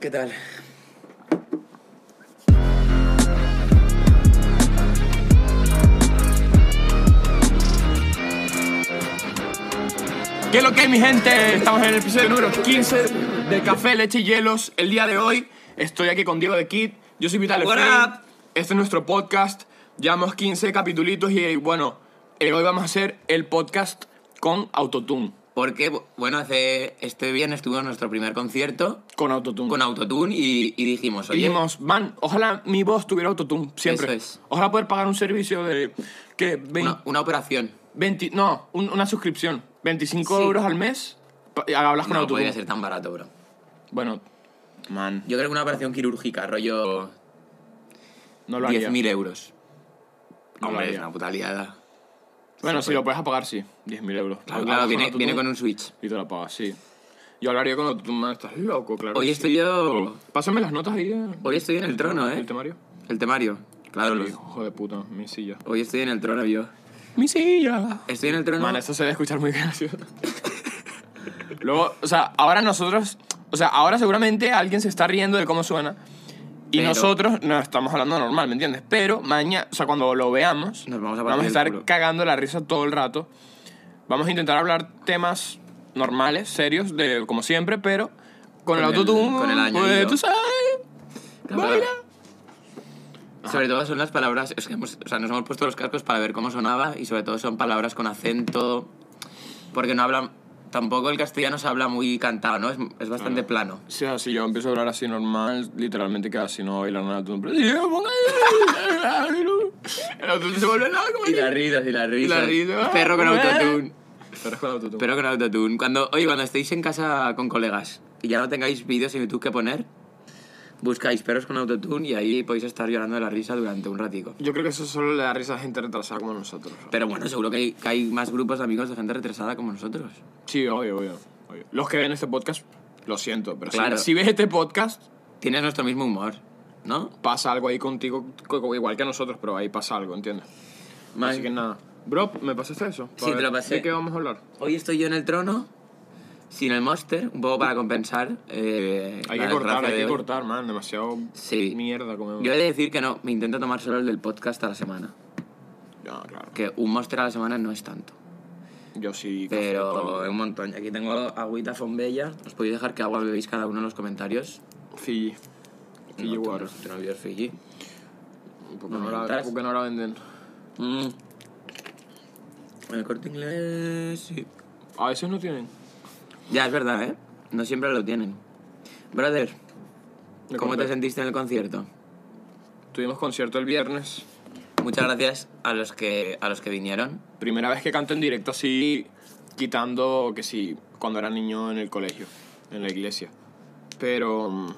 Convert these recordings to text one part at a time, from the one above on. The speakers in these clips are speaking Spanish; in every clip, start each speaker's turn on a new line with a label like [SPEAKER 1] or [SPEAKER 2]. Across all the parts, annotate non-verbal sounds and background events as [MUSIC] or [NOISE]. [SPEAKER 1] ¿Qué tal?
[SPEAKER 2] ¿Qué es lo que es, mi gente? Estamos en el episodio número 15 de Café, Leche y Hielos. El día de hoy estoy aquí con Diego de Kid. Yo soy Vital
[SPEAKER 1] What
[SPEAKER 2] Efraín.
[SPEAKER 1] up?
[SPEAKER 2] Este es nuestro podcast. Llevamos 15 capitulitos y bueno, eh, hoy vamos a hacer el podcast con Autotune.
[SPEAKER 1] Porque, bu- bueno, hace este viernes estuvo nuestro primer concierto
[SPEAKER 2] Con Autotune.
[SPEAKER 1] con Autotune y, y dijimos,
[SPEAKER 2] Y
[SPEAKER 1] oye,
[SPEAKER 2] dijimos, man, ojalá mi voz tuviera Autotune siempre.
[SPEAKER 1] Eso es.
[SPEAKER 2] Ojalá poder pagar un servicio de que vein-
[SPEAKER 1] una, una operación.
[SPEAKER 2] 20 no, un- una suscripción, 25
[SPEAKER 1] Sí.
[SPEAKER 2] euros al mes. pa- y Hablas con
[SPEAKER 1] No
[SPEAKER 2] Autotune.
[SPEAKER 1] podría ser tan barato, bro.
[SPEAKER 2] Bueno, man,
[SPEAKER 1] Yo creo que una operación quirúrgica, rollo
[SPEAKER 2] no lo haría.
[SPEAKER 1] 10.000 euros.
[SPEAKER 2] No lo
[SPEAKER 1] Hombre, es
[SPEAKER 2] haría.
[SPEAKER 1] una puta liada.
[SPEAKER 2] Bueno, si lo puedes apagar, sí. 10.000 euros.
[SPEAKER 1] Claro,
[SPEAKER 2] Hablas
[SPEAKER 1] claro, viene,
[SPEAKER 2] Autotune
[SPEAKER 1] viene con un switch.
[SPEAKER 2] Y te lo apagas, sí. Yo hablaría con Autotune, man, estás loco, claro.
[SPEAKER 1] Hoy
[SPEAKER 2] que sí.
[SPEAKER 1] estoy yo...
[SPEAKER 2] Pásame las notas ahí. eh,
[SPEAKER 1] Hoy estoy en el trono, ¿eh?
[SPEAKER 2] ¿El temario?
[SPEAKER 1] El temario. Claro, los-
[SPEAKER 2] Hijo de puta, mi silla.
[SPEAKER 1] hoy estoy en el trono yo.
[SPEAKER 2] ¡Mi silla!
[SPEAKER 1] Estoy en el trono...
[SPEAKER 2] Man, esto se debe escuchar muy [LAUGHS] gracioso. Luego, o sea, ahora nosotros. O sea, ahora seguramente alguien se está riendo de cómo suena. Y
[SPEAKER 1] Pero-
[SPEAKER 2] nosotros no estamos hablando normal, ¿me entiendes? Pero mañana, o sea, cuando lo veamos,
[SPEAKER 1] Nos vamos a partir el
[SPEAKER 2] estar
[SPEAKER 1] culo.
[SPEAKER 2] cagando la risa todo el rato. Vamos a intentar hablar temas normales, serios, de, como siempre, pero con,
[SPEAKER 1] Con
[SPEAKER 2] el
[SPEAKER 1] el-
[SPEAKER 2] autotune.
[SPEAKER 1] con el añadido.
[SPEAKER 2] pues, tú sabes.
[SPEAKER 1] Claro.
[SPEAKER 2] baila.
[SPEAKER 1] Sobre todo son las palabras, es que hemos- o sea, nos hemos puesto los cascos para ver cómo sonaba y sobre todo son palabras con acento, porque no hablan, tampoco el castellano se habla muy cantado, ¿no? Es, es bastante plano.
[SPEAKER 2] O sea, si yo empiezo a hablar así normal, literalmente que así no bailar nada. Tú, pero, "Sí, ponga ahí". el autotune se vuelve loco.
[SPEAKER 1] Y las risas, y las risas.
[SPEAKER 2] risa. "Ah,
[SPEAKER 1] Perro con autotune.
[SPEAKER 2] Pero es con autotune.
[SPEAKER 1] Perro con autotune. Cuando, oye, cuando estéis en casa con colegas y ya no tengáis vídeos en YouTube que poner, buscáis perros con autotune y ahí podéis estar llorando de la risa durante un ratico.
[SPEAKER 2] yo creo que eso solo le da risa a gente retrasada como nosotros.
[SPEAKER 1] Pero bueno, seguro que hay, que hay más grupos de amigos de gente retrasada como nosotros.
[SPEAKER 2] Sí, obvio, obvio, obvio. Los que ven este podcast, lo siento, pero si-
[SPEAKER 1] Claro.
[SPEAKER 2] si, ves este podcast,
[SPEAKER 1] Tienes nuestro mismo humor, ¿no?
[SPEAKER 2] pasa algo ahí contigo, co- igual que a nosotros, pero ahí pasa algo, ¿entiendes? Así
[SPEAKER 1] Man.
[SPEAKER 2] que nada. Bro, ¿me pasaste eso?
[SPEAKER 1] Sí,
[SPEAKER 2] Para
[SPEAKER 1] te lo
[SPEAKER 2] ver,
[SPEAKER 1] pasé.
[SPEAKER 2] ¿De qué vamos a hablar?
[SPEAKER 1] Hoy estoy yo en el trono, sin el monster, un poco para compensar. eh,
[SPEAKER 2] Hay
[SPEAKER 1] la
[SPEAKER 2] que cortar,
[SPEAKER 1] desgracia
[SPEAKER 2] hay
[SPEAKER 1] de
[SPEAKER 2] que
[SPEAKER 1] hoy.
[SPEAKER 2] cortar, man. Demasiado
[SPEAKER 1] Sí.
[SPEAKER 2] mierda comemos.
[SPEAKER 1] Yo he de decir que no, me intento tomar solo el del podcast a la semana.
[SPEAKER 2] No, claro.
[SPEAKER 1] Que un monster a la semana no es tanto.
[SPEAKER 2] Yo sí. café
[SPEAKER 1] Pero
[SPEAKER 2] todo.
[SPEAKER 1] es un montón. Y Aquí tengo agüita fombella. Os podéis dejar que agua bebéis cada uno en los comentarios.
[SPEAKER 2] Fiji. Fiji
[SPEAKER 1] no, tú
[SPEAKER 2] water.
[SPEAKER 1] no- tú no bebes Fiji.
[SPEAKER 2] ¿Por qué no
[SPEAKER 1] no,
[SPEAKER 2] la-
[SPEAKER 1] estás-
[SPEAKER 2] por qué no la venden?
[SPEAKER 1] Mm. En el corte inglés. sí.
[SPEAKER 2] A veces no tienen.
[SPEAKER 1] Ya, es verdad, ¿eh? No siempre lo tienen. Brother,
[SPEAKER 2] Me
[SPEAKER 1] ¿cómo
[SPEAKER 2] conté.
[SPEAKER 1] te sentiste en el concierto?
[SPEAKER 2] Tuvimos concierto el viernes.
[SPEAKER 1] Muchas gracias a los que, a los que vinieron.
[SPEAKER 2] Primera vez que canto en directo así, quitando que sí, cuando era niño en el colegio, en la iglesia. Pero mm,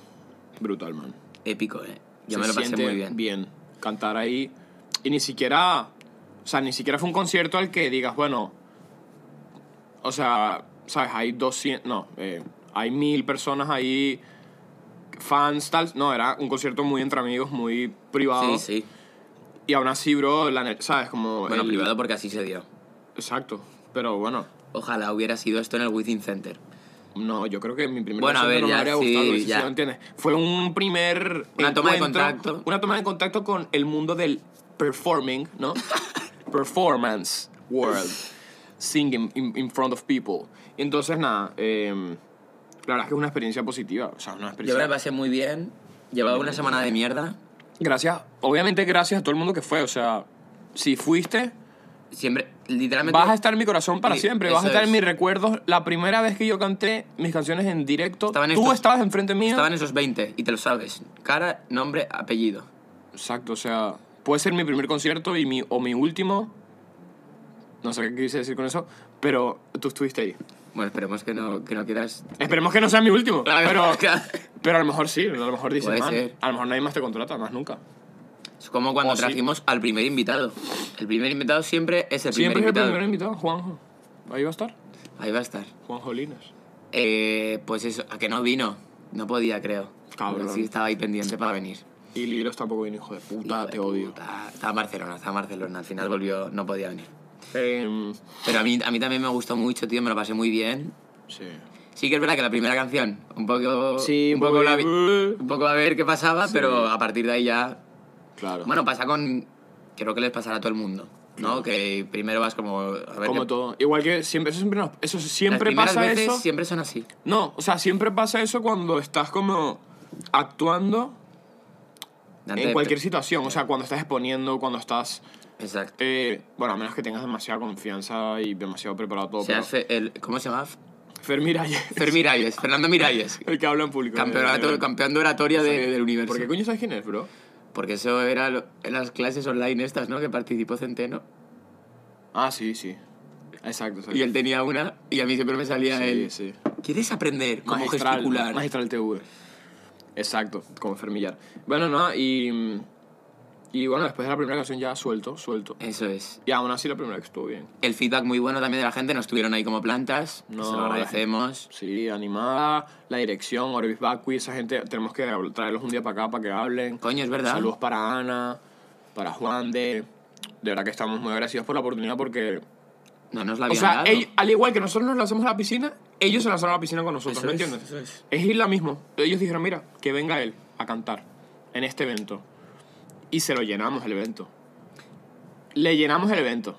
[SPEAKER 2] brutal, man.
[SPEAKER 1] Épico, ¿eh? Yo
[SPEAKER 2] Se
[SPEAKER 1] me lo pasé
[SPEAKER 2] siente
[SPEAKER 1] muy bien.
[SPEAKER 2] Cantar ahí. Y ni siquiera, o sea, ni siquiera fue un concierto al que digas, bueno, o sea, sabes, hay 200, no, eh, hay mil personas ahí, fans, tal. No, era un concierto muy entre amigos, muy privado.
[SPEAKER 1] Sí, sí.
[SPEAKER 2] Y aún así, bro, la, ne- sabes, como...
[SPEAKER 1] Bueno,
[SPEAKER 2] el-
[SPEAKER 1] privado porque así se dio.
[SPEAKER 2] Exacto, pero bueno.
[SPEAKER 1] Ojalá hubiera sido esto en el Within Center.
[SPEAKER 2] No, yo creo que mi primer
[SPEAKER 1] Bueno, a
[SPEAKER 2] concierto
[SPEAKER 1] ver,
[SPEAKER 2] no me
[SPEAKER 1] ya,
[SPEAKER 2] habría
[SPEAKER 1] sí,
[SPEAKER 2] gustado, no sé si
[SPEAKER 1] ya.
[SPEAKER 2] lo entiendes. Fue un primer
[SPEAKER 1] Una toma de
[SPEAKER 2] encuentro,
[SPEAKER 1] contacto.
[SPEAKER 2] Una toma de contacto con el mundo del performing,
[SPEAKER 1] [LAUGHS]
[SPEAKER 2] ¿no? Performance world. Singing in, in front of people. Y entonces, nada, eh, la verdad es que es una experiencia positiva. O sea, una
[SPEAKER 1] Yo me
[SPEAKER 2] experiencia...
[SPEAKER 1] lo pasé muy bien. Llevaba una semana de mierda.
[SPEAKER 2] Gracias, obviamente gracias a todo el mundo que fue. O sea, si fuiste,
[SPEAKER 1] Siempre, literalmente...
[SPEAKER 2] vas a estar en mi corazón para
[SPEAKER 1] Sí,
[SPEAKER 2] siempre.
[SPEAKER 1] eso
[SPEAKER 2] Vas a estar en
[SPEAKER 1] es.
[SPEAKER 2] mis recuerdos. La primera vez que yo canté mis canciones en directo,
[SPEAKER 1] Estaban
[SPEAKER 2] tú
[SPEAKER 1] estos-
[SPEAKER 2] estabas enfrente mío.
[SPEAKER 1] Estaban esos 20 y te lo sabes. Cara, nombre, apellido.
[SPEAKER 2] Exacto, o sea, puede ser mi primer concierto y mi, o mi último. No sé qué quise decir con eso, pero tú estuviste ahí.
[SPEAKER 1] Bueno, esperemos que no, que no quieras...
[SPEAKER 2] Esperemos que no sea mi último,
[SPEAKER 1] [LAUGHS] Claro,
[SPEAKER 2] pero,
[SPEAKER 1] claro.
[SPEAKER 2] pero a lo mejor sí, a lo mejor dices,
[SPEAKER 1] Puede
[SPEAKER 2] "Man,
[SPEAKER 1] ser.
[SPEAKER 2] a lo mejor nadie más te contrata, más nunca.
[SPEAKER 1] Es como cuando
[SPEAKER 2] Oh, sí.
[SPEAKER 1] trajimos al primer invitado. El primer invitado siempre es el
[SPEAKER 2] Siempre es el
[SPEAKER 1] primer invitado.
[SPEAKER 2] primer invitado, Juanjo. Ahí va a estar,
[SPEAKER 1] Ahí va a estar.
[SPEAKER 2] Juanjo Linas.
[SPEAKER 1] Eh, pues eso, a que no vino. No podía, creo.
[SPEAKER 2] Cabrón.
[SPEAKER 1] Sí, estaba ahí pendiente para venir.
[SPEAKER 2] Y Liros tampoco viene, hijo de puta,
[SPEAKER 1] Hijo de
[SPEAKER 2] te odio. Mm.
[SPEAKER 1] puta. Estaba en Barcelona, estaba en Barcelona. Al final volvió, no podía venir.
[SPEAKER 2] Em,
[SPEAKER 1] Pero a mí, a mí también me gustó mucho, tío. Me lo pasé muy bien.
[SPEAKER 2] sí.
[SPEAKER 1] Sí que es verdad que la primera canción, un poco...
[SPEAKER 2] Sí, un poco
[SPEAKER 1] la
[SPEAKER 2] de-
[SPEAKER 1] vi- un poco a ver qué pasaba, pero a partir de ahí ya...
[SPEAKER 2] Claro.
[SPEAKER 1] Bueno, pasa con... Creo que les pasará a todo el mundo, ¿no? Que primero vas como... A ver
[SPEAKER 2] Mm. como
[SPEAKER 1] qué-
[SPEAKER 2] todo. Igual que siempre, eso siempre, nos- eso
[SPEAKER 1] Las
[SPEAKER 2] siempre
[SPEAKER 1] primeras
[SPEAKER 2] pasa
[SPEAKER 1] veces
[SPEAKER 2] eso.
[SPEAKER 1] siempre son así.
[SPEAKER 2] No, o sea, siempre pasa eso cuando estás como actuando
[SPEAKER 1] Antes
[SPEAKER 2] en
[SPEAKER 1] de-
[SPEAKER 2] cualquier situación. O sea, cuando estás exponiendo, cuando estás.
[SPEAKER 1] Exacto.
[SPEAKER 2] eh, bueno, a menos que tengas demasiada confianza y demasiado preparado todo.
[SPEAKER 1] Se
[SPEAKER 2] pero-
[SPEAKER 1] hace el... ¿Cómo se llama?
[SPEAKER 2] Fer Miralles,
[SPEAKER 1] Fer Miralles, Fernando Miralles.
[SPEAKER 2] [LAUGHS] el que habla en público.
[SPEAKER 1] Campeonato,
[SPEAKER 2] Eh,
[SPEAKER 1] campeón de oratoria de- del universo.
[SPEAKER 2] ¿Por qué coño sabes quién es, bro?
[SPEAKER 1] Porque eso era lo- en las clases online estas, ¿no? Que participó Centeno.
[SPEAKER 2] Ah, sí, sí. Exacto, exacto.
[SPEAKER 1] Y él tenía una y a mí siempre me salía
[SPEAKER 2] Sí,
[SPEAKER 1] él.
[SPEAKER 2] sí.
[SPEAKER 1] ¿Quieres aprender cómo
[SPEAKER 2] magistral,
[SPEAKER 1] gesticular?
[SPEAKER 2] Magistral TV. Exacto, como Fermillar. Bueno, no, y. Y bueno, después de la primera canción ya suelto, suelto.
[SPEAKER 1] Eso es.
[SPEAKER 2] Y aún así la primera que estuvo bien.
[SPEAKER 1] El feedback muy bueno también de la gente. Nos tuvieron ahí como plantas. que
[SPEAKER 2] No,
[SPEAKER 1] se lo agradecemos.
[SPEAKER 2] Sí, animada, la dirección, Orbis Bakui, esa gente, tenemos que habl- traerlos un día para acá para que hablen.
[SPEAKER 1] Coño, es verdad.
[SPEAKER 2] Saludos para Ana, para Juan de. De verdad que estamos muy agradecidos por la oportunidad porque.
[SPEAKER 1] No nos
[SPEAKER 2] O
[SPEAKER 1] la habían
[SPEAKER 2] sea,
[SPEAKER 1] dado.
[SPEAKER 2] ellos- al igual que nosotros nos lanzamos a la piscina, ellos se lanzaron a la piscina con nosotros,
[SPEAKER 1] Eso
[SPEAKER 2] ¿me
[SPEAKER 1] es,
[SPEAKER 2] entiendes?
[SPEAKER 1] eso es.
[SPEAKER 2] ir la mismo. Ellos dijeron, mira, que venga él a cantar en este evento. Y se lo llenamos el evento. Le llenamos el evento.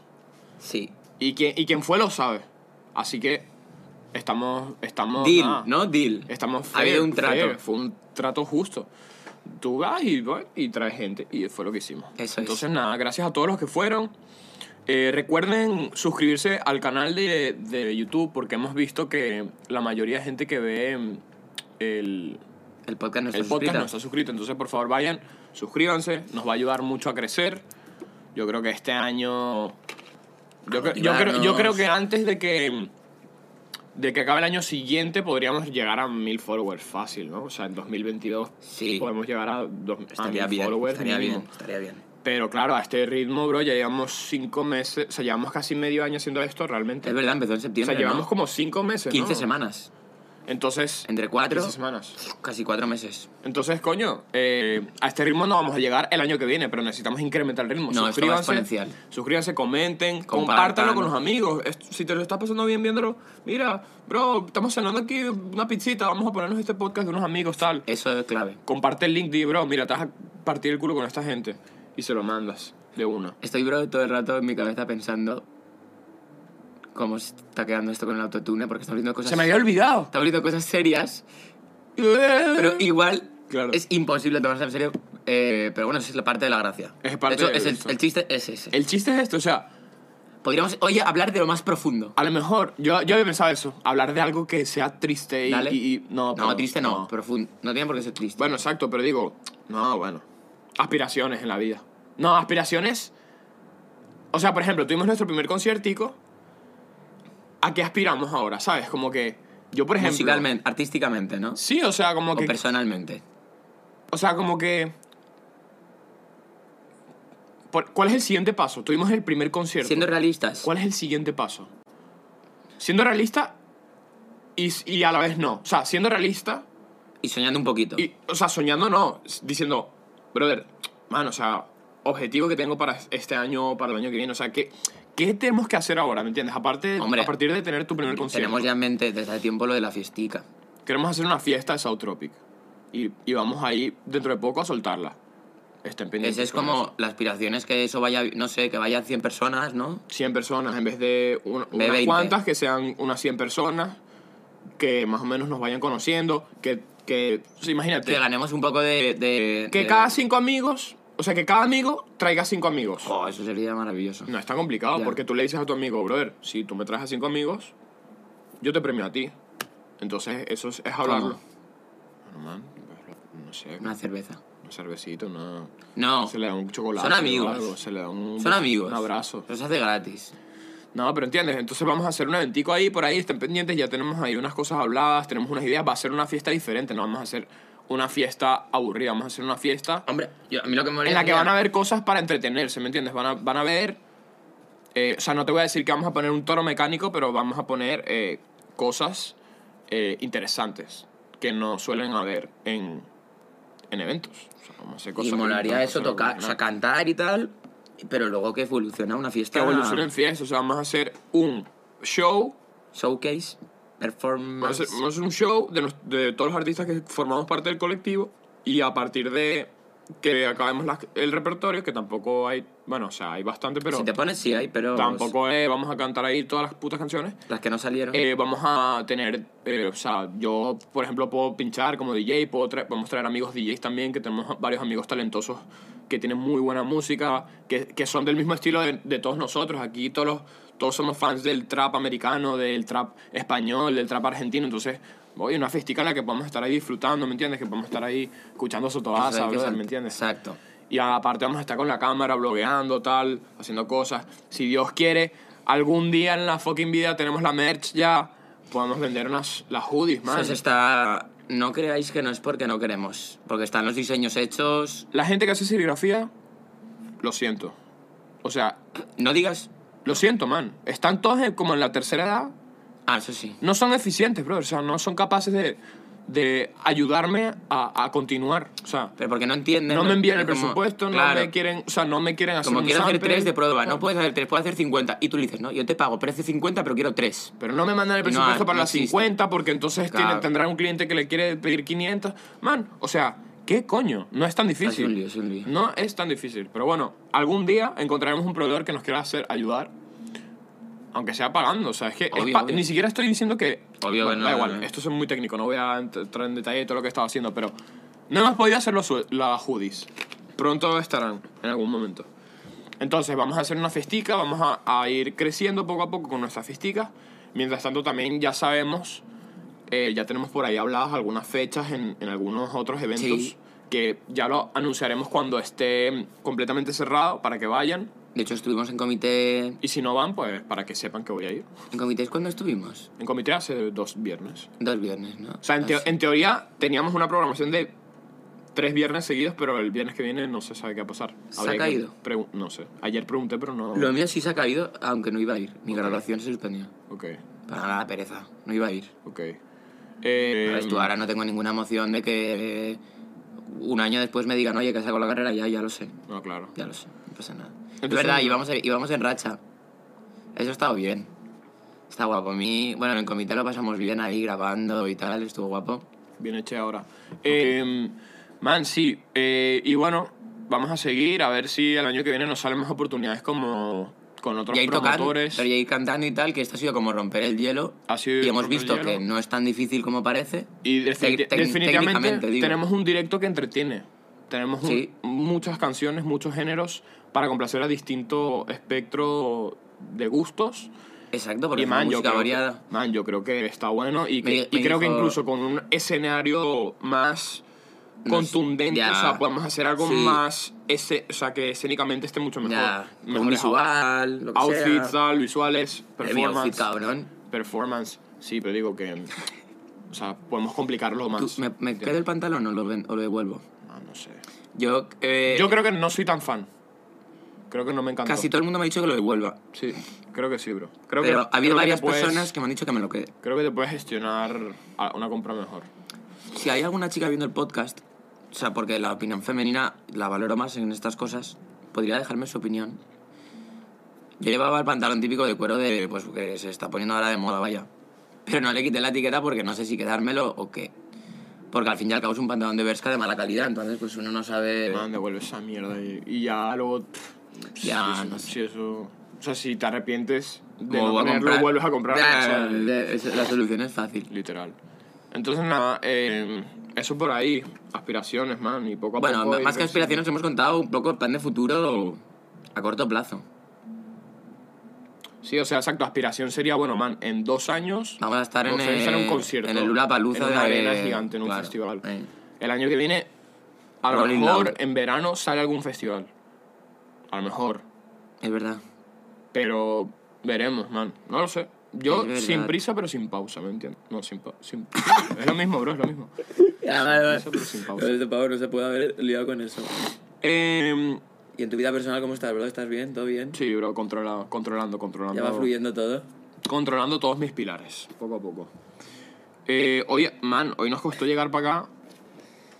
[SPEAKER 1] Sí.
[SPEAKER 2] Y quien, y quien fue lo sabe. Así que estamos. estamos
[SPEAKER 1] Deal,
[SPEAKER 2] nada.
[SPEAKER 1] ¿no? Deal.
[SPEAKER 2] Estamos
[SPEAKER 1] Ha habido un trato.
[SPEAKER 2] Fue un trato justo. Tú vas y, bueno, y traes gente. Y fue lo que hicimos.
[SPEAKER 1] Eso es.
[SPEAKER 2] Entonces, nada, gracias a todos los que fueron. Eh, recuerden suscribirse al canal de, de YouTube porque hemos visto que la mayoría de gente que ve mm, el,
[SPEAKER 1] El podcast no está
[SPEAKER 2] el podcast
[SPEAKER 1] suscrita.
[SPEAKER 2] no está suscrito. Entonces, por favor, vayan, suscríbanse. Nos va a ayudar mucho a crecer. Yo creo que este año. Yo, cre- yo creo, yo creo que antes de que. De que acabe el año siguiente podríamos llegar a mil followers fácil, ¿no? O sea, en 2022
[SPEAKER 1] Sí.
[SPEAKER 2] podemos llegar a, dos, hasta
[SPEAKER 1] Estaría
[SPEAKER 2] mil
[SPEAKER 1] Ah, bien.
[SPEAKER 2] followers
[SPEAKER 1] Estaría
[SPEAKER 2] mínimo.
[SPEAKER 1] bien. Estaría bien.
[SPEAKER 2] Pero claro, a este ritmo, bro, ya llevamos cinco meses, o sea, llevamos casi medio año haciendo esto realmente.
[SPEAKER 1] Es verdad, empezó en
[SPEAKER 2] o sea,
[SPEAKER 1] septiembre.
[SPEAKER 2] llevamos
[SPEAKER 1] ¿no?
[SPEAKER 2] como cinco meses.
[SPEAKER 1] 15
[SPEAKER 2] ¿no?
[SPEAKER 1] semanas.
[SPEAKER 2] Entonces,
[SPEAKER 1] Entre cuatro.
[SPEAKER 2] 15 semanas.
[SPEAKER 1] Casi cuatro meses.
[SPEAKER 2] Entonces, coño, eh, a este ritmo no vamos a llegar el año que viene, pero necesitamos incrementar el ritmo.
[SPEAKER 1] No, esto va exponencial.
[SPEAKER 2] Suscríbanse, comenten,
[SPEAKER 1] Compartan.
[SPEAKER 2] compártanlo con los amigos. Es- Si te lo estás pasando bien viéndolo, mira, bro, estamos cenando aquí una pizzita, vamos a ponernos este podcast de unos amigos, tal.
[SPEAKER 1] Eso es clave.
[SPEAKER 2] Comparte el link, di, bro, mira, te vas a partir el culo con esta gente. Y se lo mandas de una.
[SPEAKER 1] Estoy, bro, todo el rato en mi cabeza pensando cómo se está quedando esto con el autotune, porque está hablando cosas,
[SPEAKER 2] Se me había olvidado.
[SPEAKER 1] está hablando cosas serias, pero
[SPEAKER 2] [LAUGHS] Pero,
[SPEAKER 1] igual
[SPEAKER 2] Claro.
[SPEAKER 1] es imposible tomarse en serio. eh, pero bueno, esa es la parte de la gracia.
[SPEAKER 2] Es parte
[SPEAKER 1] de hecho,
[SPEAKER 2] de
[SPEAKER 1] es
[SPEAKER 2] eso. Eh.
[SPEAKER 1] el, el chiste es ese.
[SPEAKER 2] el chiste es esto, o sea,
[SPEAKER 1] Podríamos, oye, hablar de lo más profundo.
[SPEAKER 2] a lo mejor, yo, yo había pensado eso, hablar de algo que sea triste y...
[SPEAKER 1] Dale.
[SPEAKER 2] y- y- no, pero-
[SPEAKER 1] triste no, profundo. No tiene por qué ser triste.
[SPEAKER 2] Bueno, exacto, pero digo, no, bueno. Aspiraciones en la vida. No, aspiraciones. O sea, por ejemplo, tuvimos nuestro primer conciertico. ¿A qué aspiramos ahora? ¿Sabes? Como que yo, por ejemplo.
[SPEAKER 1] Musicalmente, artísticamente, ¿no?
[SPEAKER 2] Sí, o sea, como
[SPEAKER 1] O
[SPEAKER 2] que.
[SPEAKER 1] personalmente.
[SPEAKER 2] O sea, como que. Por- ¿Cuál es el siguiente paso? Tuvimos el primer concierto.
[SPEAKER 1] Siendo realistas.
[SPEAKER 2] ¿Cuál es el siguiente paso? Siendo realista y, y a la vez no. O sea, siendo realista
[SPEAKER 1] Y soñando un poquito.
[SPEAKER 2] Y, o sea, soñando no, s- diciendo, brother, mano, o sea, objetivo que tengo para este año, para el año que viene, o sea, ¿qué, qué tenemos que hacer ahora, me entiendes? Aparte,
[SPEAKER 1] Hombre,
[SPEAKER 2] a partir de tener tu primer concierto,
[SPEAKER 1] Tenemos ya en mente desde hace tiempo lo de la fiestica.
[SPEAKER 2] queremos hacer una fiesta de South Tropic y, y vamos ahí dentro de poco a soltarla. Estén pendientes.
[SPEAKER 1] Esa es
[SPEAKER 2] con
[SPEAKER 1] como
[SPEAKER 2] eso.
[SPEAKER 1] la aspiración es que eso vaya, no sé, que vayan 100 personas, ¿no?
[SPEAKER 2] 100 personas en vez de un- unas
[SPEAKER 1] 20.
[SPEAKER 2] cuantas, que sean unas 100 personas que más o menos nos vayan conociendo, que, que o sea, imagínate,
[SPEAKER 1] Que ganemos un poco de... de-
[SPEAKER 2] que
[SPEAKER 1] de-
[SPEAKER 2] cada cinco amigos, o sea, que cada amigo traiga cinco amigos.
[SPEAKER 1] Oh, eso sería maravilloso.
[SPEAKER 2] No, está complicado
[SPEAKER 1] Ya.
[SPEAKER 2] porque tú le dices a tu amigo, brother, si tú me traes a cinco amigos, yo te premio a ti. Entonces, eso es,
[SPEAKER 1] Ah,
[SPEAKER 2] es hablarlo. Bueno, man, no sé,
[SPEAKER 1] Una cerveza.
[SPEAKER 2] un cervecito, no.
[SPEAKER 1] No,
[SPEAKER 2] Se le da un chocolate.
[SPEAKER 1] Son amigos.
[SPEAKER 2] o algo, se le da un,
[SPEAKER 1] son amigos.
[SPEAKER 2] Un abrazo.
[SPEAKER 1] Eso se hace gratis.
[SPEAKER 2] No, pero entiendes, entonces vamos a hacer un eventico ahí, por ahí, estén pendientes, ya tenemos ahí unas cosas habladas, tenemos unas ideas, va a ser una fiesta diferente, no vamos a hacer una fiesta aburrida, vamos a hacer una fiesta
[SPEAKER 1] Hombre, yo- a mí lo que me
[SPEAKER 2] en la que van a ver cosas para entretenerse, ¿me entiendes? Van a, van a ver... eh, o sea, no te voy a decir que vamos a poner un toro mecánico, pero vamos a poner eh, cosas eh, interesantes que no suelen haber en, en eventos. O sea, vamos a hacer cosas
[SPEAKER 1] Y
[SPEAKER 2] que
[SPEAKER 1] molaría
[SPEAKER 2] nunca
[SPEAKER 1] eso,
[SPEAKER 2] suelen
[SPEAKER 1] tocar, o
[SPEAKER 2] ocurrir,
[SPEAKER 1] sea,
[SPEAKER 2] nada.
[SPEAKER 1] cantar y tal, pero luego que evoluciona una
[SPEAKER 2] Que
[SPEAKER 1] fiesta...
[SPEAKER 2] evolucionen fiestas, o sea, vamos a hacer un show
[SPEAKER 1] Showcase.
[SPEAKER 2] Va a
[SPEAKER 1] performance.
[SPEAKER 2] ser- va a ser un show de, nos- de todos los artistas que formamos parte del colectivo y a partir de que acabemos las- el repertorio, que tampoco hay, bueno, o sea, hay bastante, pero
[SPEAKER 1] si te pones, sí hay, pero
[SPEAKER 2] tampoco eh, vamos a cantar ahí todas las putas canciones.
[SPEAKER 1] las que no salieron.
[SPEAKER 2] Eh, vamos a tener, eh, o sea, yo, por ejemplo, puedo pinchar como DJ, puedo traer, podemos traer amigos DJs también, que tenemos varios amigos talentosos que tienen muy buena música, que, que son del mismo estilo de, de todos nosotros. Aquí todos, los- todos somos fans del trap americano, del trap español, del trap argentino, entonces... Oye, una festica en la que podemos estar ahí disfrutando, ¿me entiendes? Que podemos estar ahí escuchando
[SPEAKER 1] Eso hay
[SPEAKER 2] Sotobasa,
[SPEAKER 1] que
[SPEAKER 2] brother,
[SPEAKER 1] sal-
[SPEAKER 2] ¿me entiendes?
[SPEAKER 1] Exacto.
[SPEAKER 2] Y aparte vamos a estar con la cámara, blogueando, tal, haciendo cosas. Si Dios quiere, algún día en la fucking vida tenemos la merch ya. Podemos vender unas, las hoodies, man.
[SPEAKER 1] Eso se está... No creáis que no es porque no queremos, porque están los diseños hechos.
[SPEAKER 2] La gente que hace serigrafía, lo siento. O sea,
[SPEAKER 1] No digas...
[SPEAKER 2] lo siento, man. Están todos en- como en la tercera edad.
[SPEAKER 1] Ah, eso sí.
[SPEAKER 2] No son eficientes, bro. O sea, no son capaces de, de ayudarme a, a continuar. O sea,
[SPEAKER 1] Pero porque no entienden...
[SPEAKER 2] no me envían el
[SPEAKER 1] Como-
[SPEAKER 2] presupuesto, no
[SPEAKER 1] Claro.
[SPEAKER 2] me quieren... O sea, no me quieren hacer
[SPEAKER 1] Como
[SPEAKER 2] un
[SPEAKER 1] quiero hacer
[SPEAKER 2] sample.
[SPEAKER 1] tres de prueba, no puedes hacer tres, puedes hacer 50. Y tú le dices, no, yo te pago, pero hace 50, pero quiero tres.
[SPEAKER 2] Pero no me mandan el
[SPEAKER 1] Y no
[SPEAKER 2] presupuesto
[SPEAKER 1] hay-
[SPEAKER 2] para
[SPEAKER 1] no
[SPEAKER 2] las
[SPEAKER 1] existe.
[SPEAKER 2] 50 porque entonces
[SPEAKER 1] Claro.
[SPEAKER 2] tienen, tendrán un cliente que le quiere pedir 500. Man, o sea, ¿qué coño? No es tan
[SPEAKER 1] Es un lío,
[SPEAKER 2] difícil.
[SPEAKER 1] es un lío.
[SPEAKER 2] No es tan difícil. Pero bueno, algún día encontraremos un proveedor que nos quiera hacer ayudar. Aunque sea pagando, o sea, es que es
[SPEAKER 1] Obvio,
[SPEAKER 2] pa-
[SPEAKER 1] obvio.
[SPEAKER 2] ni siquiera estoy diciendo que...
[SPEAKER 1] Obvio
[SPEAKER 2] Bueno,
[SPEAKER 1] que no,
[SPEAKER 2] da
[SPEAKER 1] no,
[SPEAKER 2] igual,
[SPEAKER 1] no.
[SPEAKER 2] esto es muy técnico, no voy a entrar en detalle de todo lo que he estado haciendo, pero no hemos podido hacer los sue- las hoodies. Pronto estarán, en algún momento. Entonces vamos a hacer una festica, vamos a, a ir creciendo poco a poco con nuestras festicas. Mientras tanto también ya sabemos, eh, ya tenemos por ahí habladas algunas fechas en, en algunos otros eventos
[SPEAKER 1] Sí.
[SPEAKER 2] que ya lo anunciaremos cuando esté completamente cerrado para que vayan.
[SPEAKER 1] De hecho, estuvimos en comité...
[SPEAKER 2] Y si no van, pues para que sepan que voy a ir.
[SPEAKER 1] ¿En comités cuándo estuvimos?
[SPEAKER 2] En comité hace dos viernes.
[SPEAKER 1] Dos viernes, ¿no?
[SPEAKER 2] O sea, en, teo-
[SPEAKER 1] Así.
[SPEAKER 2] en teoría teníamos una programación de tres viernes seguidos, pero el viernes que viene no se sabe qué va a pasar.
[SPEAKER 1] ¿Se
[SPEAKER 2] Habría
[SPEAKER 1] ha
[SPEAKER 2] que
[SPEAKER 1] caído?
[SPEAKER 2] pregun- No sé. Ayer pregunté, pero no...
[SPEAKER 1] Lo mío sí se ha caído, aunque no iba a ir. Mi
[SPEAKER 2] Ok.
[SPEAKER 1] graduación se suspendió.
[SPEAKER 2] Ok,
[SPEAKER 1] Para nada, pereza. No iba a ir.
[SPEAKER 2] ok. Eh,
[SPEAKER 1] Ahora, tú, Pues ahora no tengo ninguna emoción de que eh, un año después me digan, oye, que saco la carrera, ya, ya lo sé.
[SPEAKER 2] No, claro.
[SPEAKER 1] Ya lo sé, no pasa nada. es
[SPEAKER 2] Entonces,
[SPEAKER 1] verdad,
[SPEAKER 2] no-
[SPEAKER 1] íbamos, en- íbamos en racha. Eso ha estado bien. Está guapo. A mí, bueno, en el comité lo pasamos bien ahí grabando y tal, estuvo guapo.
[SPEAKER 2] Bien hecha ahora. Eh, man, sí. eh, y bueno, vamos a seguir a ver si el año que viene nos salen más oportunidades como con otros
[SPEAKER 1] Y ahí tocando,
[SPEAKER 2] promotores.
[SPEAKER 1] pero y ahí cantando y tal, que esto ha sido como romper el hielo.
[SPEAKER 2] Ha sido
[SPEAKER 1] Y hemos
[SPEAKER 2] romper el
[SPEAKER 1] visto
[SPEAKER 2] hielo.
[SPEAKER 1] que no es tan difícil como parece.
[SPEAKER 2] Y defini-
[SPEAKER 1] Tec- tec-
[SPEAKER 2] definitivamente
[SPEAKER 1] técnicamente, digo.
[SPEAKER 2] tenemos un directo que entretiene. Tenemos un-
[SPEAKER 1] Sí.
[SPEAKER 2] muchas canciones, muchos géneros para complacer a distinto espectro de gustos.
[SPEAKER 1] Exacto, porque
[SPEAKER 2] y man,
[SPEAKER 1] es
[SPEAKER 2] yo creo,
[SPEAKER 1] música
[SPEAKER 2] que,
[SPEAKER 1] variada.
[SPEAKER 2] man, yo creo que está bueno y, que-
[SPEAKER 1] Me-
[SPEAKER 2] y
[SPEAKER 1] me
[SPEAKER 2] creo que
[SPEAKER 1] dijo-
[SPEAKER 2] incluso con un escenario más
[SPEAKER 1] No sé,
[SPEAKER 2] contundente,
[SPEAKER 1] ya.
[SPEAKER 2] o sea, podemos hacer algo
[SPEAKER 1] Sí.
[SPEAKER 2] más, ese, o sea, que escénicamente esté mucho mejor.
[SPEAKER 1] Ya,
[SPEAKER 2] mejor
[SPEAKER 1] un visual, lo que
[SPEAKER 2] Outfits,
[SPEAKER 1] sea.
[SPEAKER 2] tal, visuales,
[SPEAKER 1] Eh, mi outfit,
[SPEAKER 2] performance.
[SPEAKER 1] cabrón.
[SPEAKER 2] performance, sí, pero digo que, o sea, podemos complicarlo
[SPEAKER 1] Tú,
[SPEAKER 2] más.
[SPEAKER 1] ¿Me, me queda el pantalón o lo, ven- o lo devuelvo?
[SPEAKER 2] Ah, no sé.
[SPEAKER 1] Yo, eh,
[SPEAKER 2] Yo creo que no soy tan fan. Creo que no me encantó.
[SPEAKER 1] casi todo el mundo me ha dicho que lo devuelva.
[SPEAKER 2] Sí, creo que sí, bro. Creo que,
[SPEAKER 1] pero ha
[SPEAKER 2] creo
[SPEAKER 1] habido
[SPEAKER 2] que
[SPEAKER 1] varias
[SPEAKER 2] te puedes-
[SPEAKER 1] personas que me han dicho que me lo quede.
[SPEAKER 2] Creo que te puedes gestionar a- una compra mejor.
[SPEAKER 1] Si hay alguna chica viendo el podcast, o sea, porque la opinión femenina la valoro más en estas cosas, podría dejarme su opinión. Yo llevaba el pantalón típico de cuero de, pues, que se está poniendo ahora de moda, vaya. Pero no le quité la etiqueta porque no sé si quedármelo o qué. Porque al fin y al cabo es un pantalón de Berska de mala calidad, entonces pues uno no sabe...
[SPEAKER 2] Man, devuelve esa mierda y, y ya luego. pff,
[SPEAKER 1] Ya,
[SPEAKER 2] si eso-
[SPEAKER 1] no sé.
[SPEAKER 2] si eso. O sea, si te arrepientes de
[SPEAKER 1] Como
[SPEAKER 2] no
[SPEAKER 1] voy a
[SPEAKER 2] tenerlo,
[SPEAKER 1] comprar-
[SPEAKER 2] vuelves a comprar.
[SPEAKER 1] Ya,
[SPEAKER 2] o sea,
[SPEAKER 1] de- es- la solución es fácil.
[SPEAKER 2] literal. Entonces, nada, eh, eso por ahí. Aspiraciones, man, y poco a
[SPEAKER 1] Bueno,
[SPEAKER 2] poco. ir
[SPEAKER 1] más que
[SPEAKER 2] creciendo.
[SPEAKER 1] aspiraciones hemos contado un poco el plan de futuro a corto plazo.
[SPEAKER 2] Sí, o sea, exacto. Aspiración sería, bueno, man, en dos años.
[SPEAKER 1] Vamos a estar en
[SPEAKER 2] dos años en
[SPEAKER 1] el-
[SPEAKER 2] un concierto.
[SPEAKER 1] en el Lollapalooza
[SPEAKER 2] En una
[SPEAKER 1] de-
[SPEAKER 2] arena gigante, en un
[SPEAKER 1] claro,
[SPEAKER 2] festival.
[SPEAKER 1] eh.
[SPEAKER 2] El año que viene, a lo
[SPEAKER 1] Rolling
[SPEAKER 2] mejor
[SPEAKER 1] Loud.
[SPEAKER 2] en verano sale algún festival. A lo mejor.
[SPEAKER 1] Es verdad.
[SPEAKER 2] Pero veremos, man. No lo sé. Yo
[SPEAKER 1] Es verdad.
[SPEAKER 2] sin prisa, pero sin pausa, ¿me entiendes? No, sin pausa.
[SPEAKER 1] [LAUGHS]
[SPEAKER 2] es lo mismo, bro, es lo mismo.
[SPEAKER 1] Ya, vale, vale.
[SPEAKER 2] Eso, pero sin pausa.
[SPEAKER 1] Pero este pavo no se puede haber liado con eso.
[SPEAKER 2] Eh,
[SPEAKER 1] ¿Y en tu vida personal cómo estás, bro? ¿Estás bien? ¿Todo bien?
[SPEAKER 2] sí, bro, controlado, controlando, controlando.
[SPEAKER 1] ¿Ya va fluyendo todo?
[SPEAKER 2] controlando todos mis pilares, poco a poco. Eh, hoy, man, hoy nos costó llegar para acá.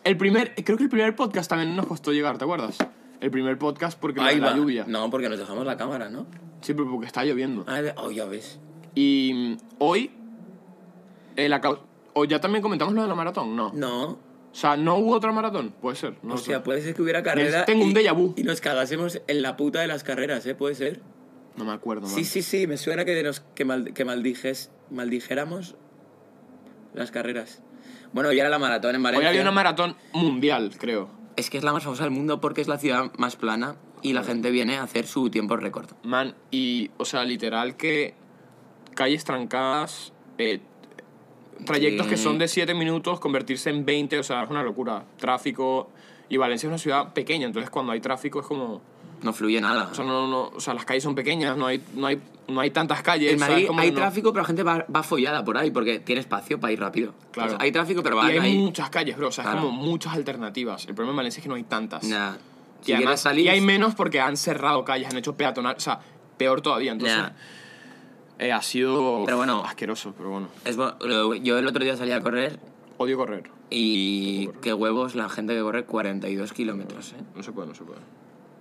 [SPEAKER 2] El primer, creo que el primer podcast también nos costó llegar, ¿te acuerdas? El primer podcast porque la,
[SPEAKER 1] Ahí
[SPEAKER 2] la
[SPEAKER 1] va.
[SPEAKER 2] lluvia.
[SPEAKER 1] No, porque nos dejamos la cámara, ¿no? oh,
[SPEAKER 2] Sí, pero porque está lloviendo.
[SPEAKER 1] Ah, de- oh, ya ves.
[SPEAKER 2] Y mm, hoy eh, la cau- o ya también comentamos lo de la maratón, no.
[SPEAKER 1] No.
[SPEAKER 2] O sea, no hubo otra maratón, puede ser. No
[SPEAKER 1] o
[SPEAKER 2] sé.
[SPEAKER 1] sea, puede ser que hubiera carrera.
[SPEAKER 2] Tengo un
[SPEAKER 1] y-
[SPEAKER 2] déjà vu.
[SPEAKER 1] Y nos cagásemos en la puta de las carreras, ¿eh? Puede ser.
[SPEAKER 2] No me acuerdo.
[SPEAKER 1] Sí,
[SPEAKER 2] man.
[SPEAKER 1] sí, sí, me suena que, de los que, mal, que maldijes, maldijéramos las carreras. Bueno, ya era la maratón en
[SPEAKER 2] Hoy
[SPEAKER 1] Valencia.
[SPEAKER 2] había una maratón mundial, creo.
[SPEAKER 1] es que es la más famosa del mundo porque es la ciudad más plana y la gente viene a hacer su tiempo récord.
[SPEAKER 2] Man, y, o sea, literal que calles trancadas, eh, trayectos que
[SPEAKER 1] Sí.
[SPEAKER 2] son de 7 minutos, convertirse en 20, o sea, es una locura. Tráfico. Y Valencia es una ciudad pequeña, entonces cuando hay tráfico es como.
[SPEAKER 1] No fluye nada.
[SPEAKER 2] O sea, no, no, o sea las calles son pequeñas, no hay, no hay, no hay tantas calles.
[SPEAKER 1] en
[SPEAKER 2] o sea,
[SPEAKER 1] Madrid
[SPEAKER 2] es como
[SPEAKER 1] hay
[SPEAKER 2] que no-
[SPEAKER 1] tráfico, pero la gente va, va follada por ahí porque tiene espacio para ir rápido.
[SPEAKER 2] Claro.
[SPEAKER 1] O sea, hay tráfico, pero van
[SPEAKER 2] Y hay
[SPEAKER 1] ahí.
[SPEAKER 2] muchas calles, bro, o sea, es
[SPEAKER 1] Claro.
[SPEAKER 2] como muchas alternativas. El problema en Valencia es que no hay tantas. Y,
[SPEAKER 1] Nah. Si quieres
[SPEAKER 2] además,
[SPEAKER 1] salir-
[SPEAKER 2] y hay menos porque han cerrado calles, han hecho peatonal, o sea, peor todavía. Entonces,
[SPEAKER 1] Nah.
[SPEAKER 2] eh, ha sido
[SPEAKER 1] Pero bueno.
[SPEAKER 2] asqueroso, pero bueno.
[SPEAKER 1] Es bo- lo- yo el otro día salí a correr
[SPEAKER 2] Odio correr.
[SPEAKER 1] y qué huevos la gente que corre 42 kilómetros, ¿eh?
[SPEAKER 2] No se puede, no se puede.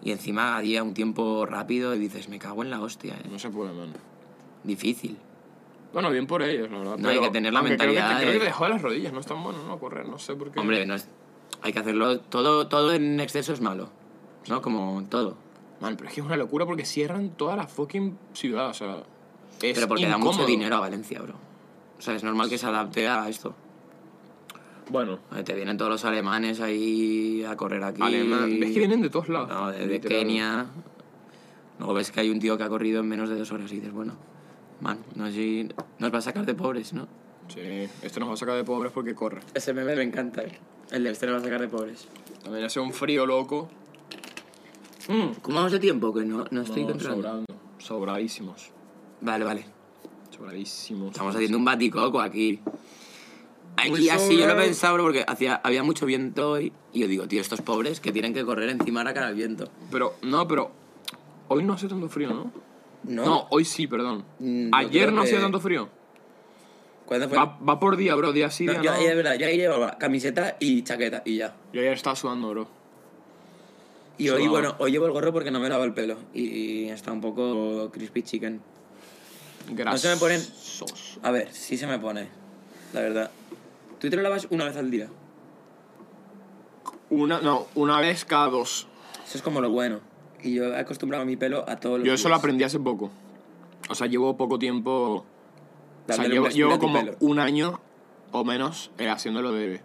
[SPEAKER 1] Y encima haría un tiempo rápido y dices, me cago en la hostia, ¿eh?
[SPEAKER 2] No se puede, man.
[SPEAKER 1] Difícil.
[SPEAKER 2] Bueno, bien por ellos, la verdad.
[SPEAKER 1] No, hay
[SPEAKER 2] pero-
[SPEAKER 1] que tener la
[SPEAKER 2] aunque creo que-
[SPEAKER 1] mentalidad
[SPEAKER 2] Creo que,
[SPEAKER 1] de-
[SPEAKER 2] te dejó de las rodillas, no es tan bueno, ¿no? Correr, no sé por qué.
[SPEAKER 1] Hombre, no es- hay que hacerlo. Todo, todo en exceso es malo, ¿no? Como todo.
[SPEAKER 2] Man, pero es que es una locura porque cierran toda la fucking ciudad, o sea. Es
[SPEAKER 1] Pero porque da mucho
[SPEAKER 2] incómodo.
[SPEAKER 1] dinero a Valencia, bro. O sea, es normal que se adapte a esto.
[SPEAKER 2] Bueno,
[SPEAKER 1] Oye, Te vienen todos los alemanes ahí a correr aquí.
[SPEAKER 2] alemán. Es que vienen de todos lados.
[SPEAKER 1] No, de, de
[SPEAKER 2] literal.
[SPEAKER 1] Kenia. Luego ves que hay un tío que ha corrido en menos de dos horas y dices, bueno, man, no sé si nos va a sacar de pobres, ¿no?
[SPEAKER 2] Sí, este nos va a sacar de pobres porque corre.
[SPEAKER 1] Ese meme me encanta, El de este nos va a sacar de pobres.
[SPEAKER 2] También hace un frío loco. Mm.
[SPEAKER 1] ¿Cómo vamos de tiempo? Que no, no estoy
[SPEAKER 2] No,
[SPEAKER 1] controlando.
[SPEAKER 2] sobrando. Sobradísimos.
[SPEAKER 1] Vale, vale.
[SPEAKER 2] Sobradísimos.
[SPEAKER 1] Estamos haciendo un baticoco aquí.
[SPEAKER 2] Muy Pues
[SPEAKER 1] Aquí así, yo lo
[SPEAKER 2] sobrado.
[SPEAKER 1] he pensado bro, porque hacía, había mucho viento hoy. Y yo digo, tío, estos pobres que tienen que correr encima ahora cara al viento.
[SPEAKER 2] Pero, no, pero. Hoy no hace tanto frío, ¿no?
[SPEAKER 1] No.
[SPEAKER 2] No, hoy sí, perdón.
[SPEAKER 1] Mm, yo
[SPEAKER 2] Ayer
[SPEAKER 1] creo
[SPEAKER 2] no hacía
[SPEAKER 1] que-
[SPEAKER 2] tanto frío.
[SPEAKER 1] ¿Cuándo fue?
[SPEAKER 2] Va, va por día, bro, día sí,
[SPEAKER 1] No,
[SPEAKER 2] día
[SPEAKER 1] yo
[SPEAKER 2] no.
[SPEAKER 1] ahí, de verdad, yo ahí llevaba camiseta y chaqueta y ya.
[SPEAKER 2] Yo ayer estaba sudando, bro.
[SPEAKER 1] Y hoy,
[SPEAKER 2] Sudaba.
[SPEAKER 1] bueno, hoy llevo el gorro porque no me lavo el pelo. Y está un poco crispy chicken.
[SPEAKER 2] Gracias.
[SPEAKER 1] se me ponen- A ver, sí se me pone, la verdad. ¿Tú te lo lavas una vez al día?
[SPEAKER 2] Una, no, una vez cada dos.
[SPEAKER 1] Eso es como lo bueno. Y yo he acostumbrado mi pelo a todos los
[SPEAKER 2] Yo eso lo
[SPEAKER 1] días.
[SPEAKER 2] aprendí hace poco. O sea, llevo poco tiempo. O sea,
[SPEAKER 1] Dándole
[SPEAKER 2] llevo,
[SPEAKER 1] un respiro a
[SPEAKER 2] llevo
[SPEAKER 1] tu
[SPEAKER 2] como
[SPEAKER 1] pelo.
[SPEAKER 2] un año o menos eh, haciéndolo de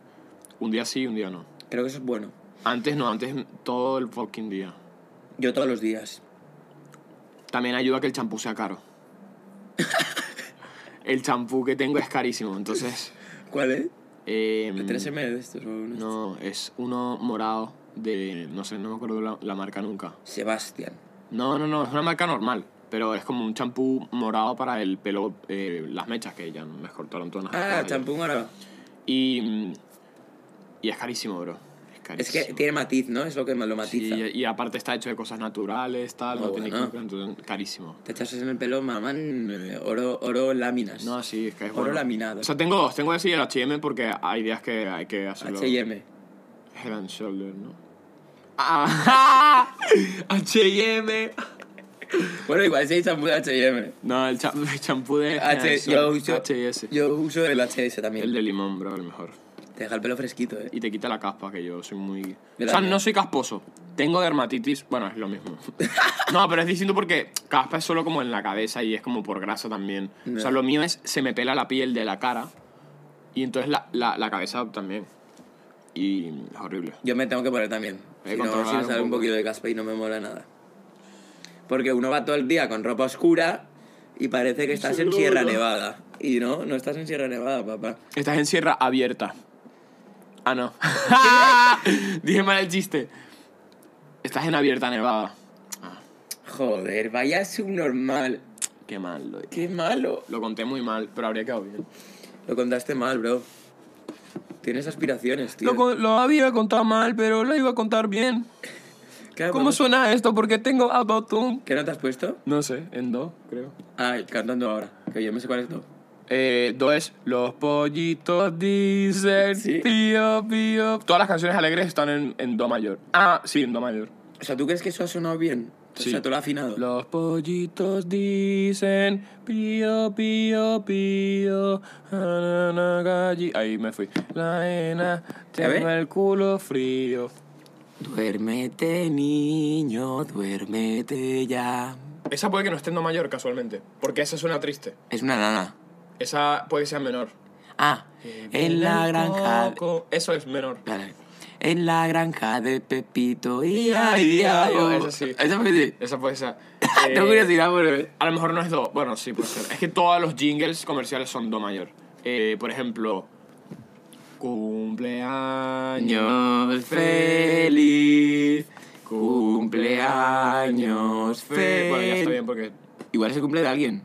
[SPEAKER 2] un día sí y un día no.
[SPEAKER 1] Creo que eso es bueno.
[SPEAKER 2] Antes no, antes todo el fucking día.
[SPEAKER 1] Yo todos los días.
[SPEAKER 2] También ayuda que el champú sea
[SPEAKER 1] [LAUGHS]
[SPEAKER 2] caro. el champú que tengo es carísimo, entonces.
[SPEAKER 1] ¿Cuál es?
[SPEAKER 2] eh,
[SPEAKER 1] El 3M [LAUGHS] de estos. o unos-
[SPEAKER 2] no, es uno morado de. No sé, no me acuerdo la, la marca nunca.
[SPEAKER 1] Sebastián.
[SPEAKER 2] No, no, no, es una marca normal. Pero es como un champú morado para el pelo, eh, las mechas que ya me cortaron todas las
[SPEAKER 1] Ah,
[SPEAKER 2] mechas.
[SPEAKER 1] champú morado.
[SPEAKER 2] Y, mm, y es carísimo, bro. Es
[SPEAKER 1] Es
[SPEAKER 2] carísimo.
[SPEAKER 1] que tiene matiz, ¿no? Es lo que lo matiza.
[SPEAKER 2] Sí, y, y aparte está hecho de cosas naturales, tal,
[SPEAKER 1] Muy
[SPEAKER 2] no tiene
[SPEAKER 1] Ah, bueno.
[SPEAKER 2] química, entonces, carísimo.
[SPEAKER 1] Te echas en el pelo, mamán, eh, oro, oro láminas.
[SPEAKER 2] No, sí, es que es
[SPEAKER 1] Oro
[SPEAKER 2] bueno.
[SPEAKER 1] laminado.
[SPEAKER 2] O sea, tengo dos. Tengo ese y el H&M porque hay días que hay que hacerlo.
[SPEAKER 1] H&M.
[SPEAKER 2] Head and Shoulder, ¿no? [LAUGHS] Ah, H&M.
[SPEAKER 1] Bueno, igual si hay champú de H&M.
[SPEAKER 2] No, el cham- el champú de Head and
[SPEAKER 1] H- yo,
[SPEAKER 2] Shoulder,
[SPEAKER 1] uso,
[SPEAKER 2] H&S.
[SPEAKER 1] yo uso el HS también.
[SPEAKER 2] El de limón, bro, el mejor.
[SPEAKER 1] Te deja el pelo fresquito, ¿eh?
[SPEAKER 2] Y te quita la caspa, que yo soy muy...
[SPEAKER 1] Yo
[SPEAKER 2] o sea,
[SPEAKER 1] también.
[SPEAKER 2] no soy casposo. Tengo dermatitis, bueno, es lo mismo. [LAUGHS] no, pero es distinto porque caspa es solo como en la cabeza y es como por grasa también. O sea,
[SPEAKER 1] Ya.
[SPEAKER 2] lo mío es, se me pela la piel de la cara y entonces la, la, la cabeza también. Y es horrible.
[SPEAKER 1] Yo me tengo que poner también.
[SPEAKER 2] Hay que
[SPEAKER 1] Si no,
[SPEAKER 2] controlar
[SPEAKER 1] si me
[SPEAKER 2] un
[SPEAKER 1] sale un
[SPEAKER 2] poco.
[SPEAKER 1] poquito de caspa y no me mola nada. Porque uno va todo el día con ropa oscura y parece que estás en Sierra Nevada. Y no, no estás en Sierra Nevada, papá.
[SPEAKER 2] Estás en sierra abierta. Ah, no. [LAUGHS] Dije mal el chiste. Estás en abierta nevada. Ah,
[SPEAKER 1] Joder, vaya subnormal.
[SPEAKER 2] qué mal lo dije.
[SPEAKER 1] Qué malo.
[SPEAKER 2] Lo conté muy mal, pero habría quedado bien.
[SPEAKER 1] Lo contaste mal, bro. Tienes aspiraciones, tío.
[SPEAKER 2] había contado mal, pero lo iba a contar bien.
[SPEAKER 1] Claro,
[SPEAKER 2] ¿Cómo
[SPEAKER 1] papá.
[SPEAKER 2] suena esto? Porque tengo About Tom.
[SPEAKER 1] ¿Qué no te has puesto?
[SPEAKER 2] No sé, en do, creo.
[SPEAKER 1] Ah, cantando ahora. Que yo me sé cuál es no.
[SPEAKER 2] Eh, do es Los pollitos dicen
[SPEAKER 1] Sí.
[SPEAKER 2] pío, pío. Todas las canciones alegres están en, en do mayor. Ah, sí, en do mayor.
[SPEAKER 1] O sea, ¿tú crees que eso ha sonado bien?
[SPEAKER 2] Sí.
[SPEAKER 1] O sea, todo lo afinado.
[SPEAKER 2] Los pollitos dicen pío, pío, pío, anana, galli. Ahí me fui. La hena, tengo
[SPEAKER 1] ver?
[SPEAKER 2] el culo frío.
[SPEAKER 1] Duérmete, niño, duérmete ya.
[SPEAKER 2] Esa puede que no esté en do mayor casualmente, porque esa suena triste.
[SPEAKER 1] Es una nana.
[SPEAKER 2] Esa puede que sea menor.
[SPEAKER 1] Ah, en la granja.
[SPEAKER 2] Coco. Eso es menor.
[SPEAKER 1] Vale. En la granja de Pepito y
[SPEAKER 2] Ay,
[SPEAKER 1] ay,
[SPEAKER 2] ay,
[SPEAKER 1] ay.
[SPEAKER 2] oh, eso sí.
[SPEAKER 1] Eso fue sí. Ah,
[SPEAKER 2] Esa puede ser. Eh,
[SPEAKER 1] [LAUGHS] Tengo curiosidad por ver.
[SPEAKER 2] A lo mejor no es do. Bueno, sí, puede ser. Es que todos los jingles comerciales son do mayor. Eh, por ejemplo, cumpleaños.
[SPEAKER 1] Cumpleaños feliz. Cumpleaños
[SPEAKER 2] fe-
[SPEAKER 1] feliz.
[SPEAKER 2] Bueno, ya está bien porque.
[SPEAKER 1] Igual es el cumple de alguien.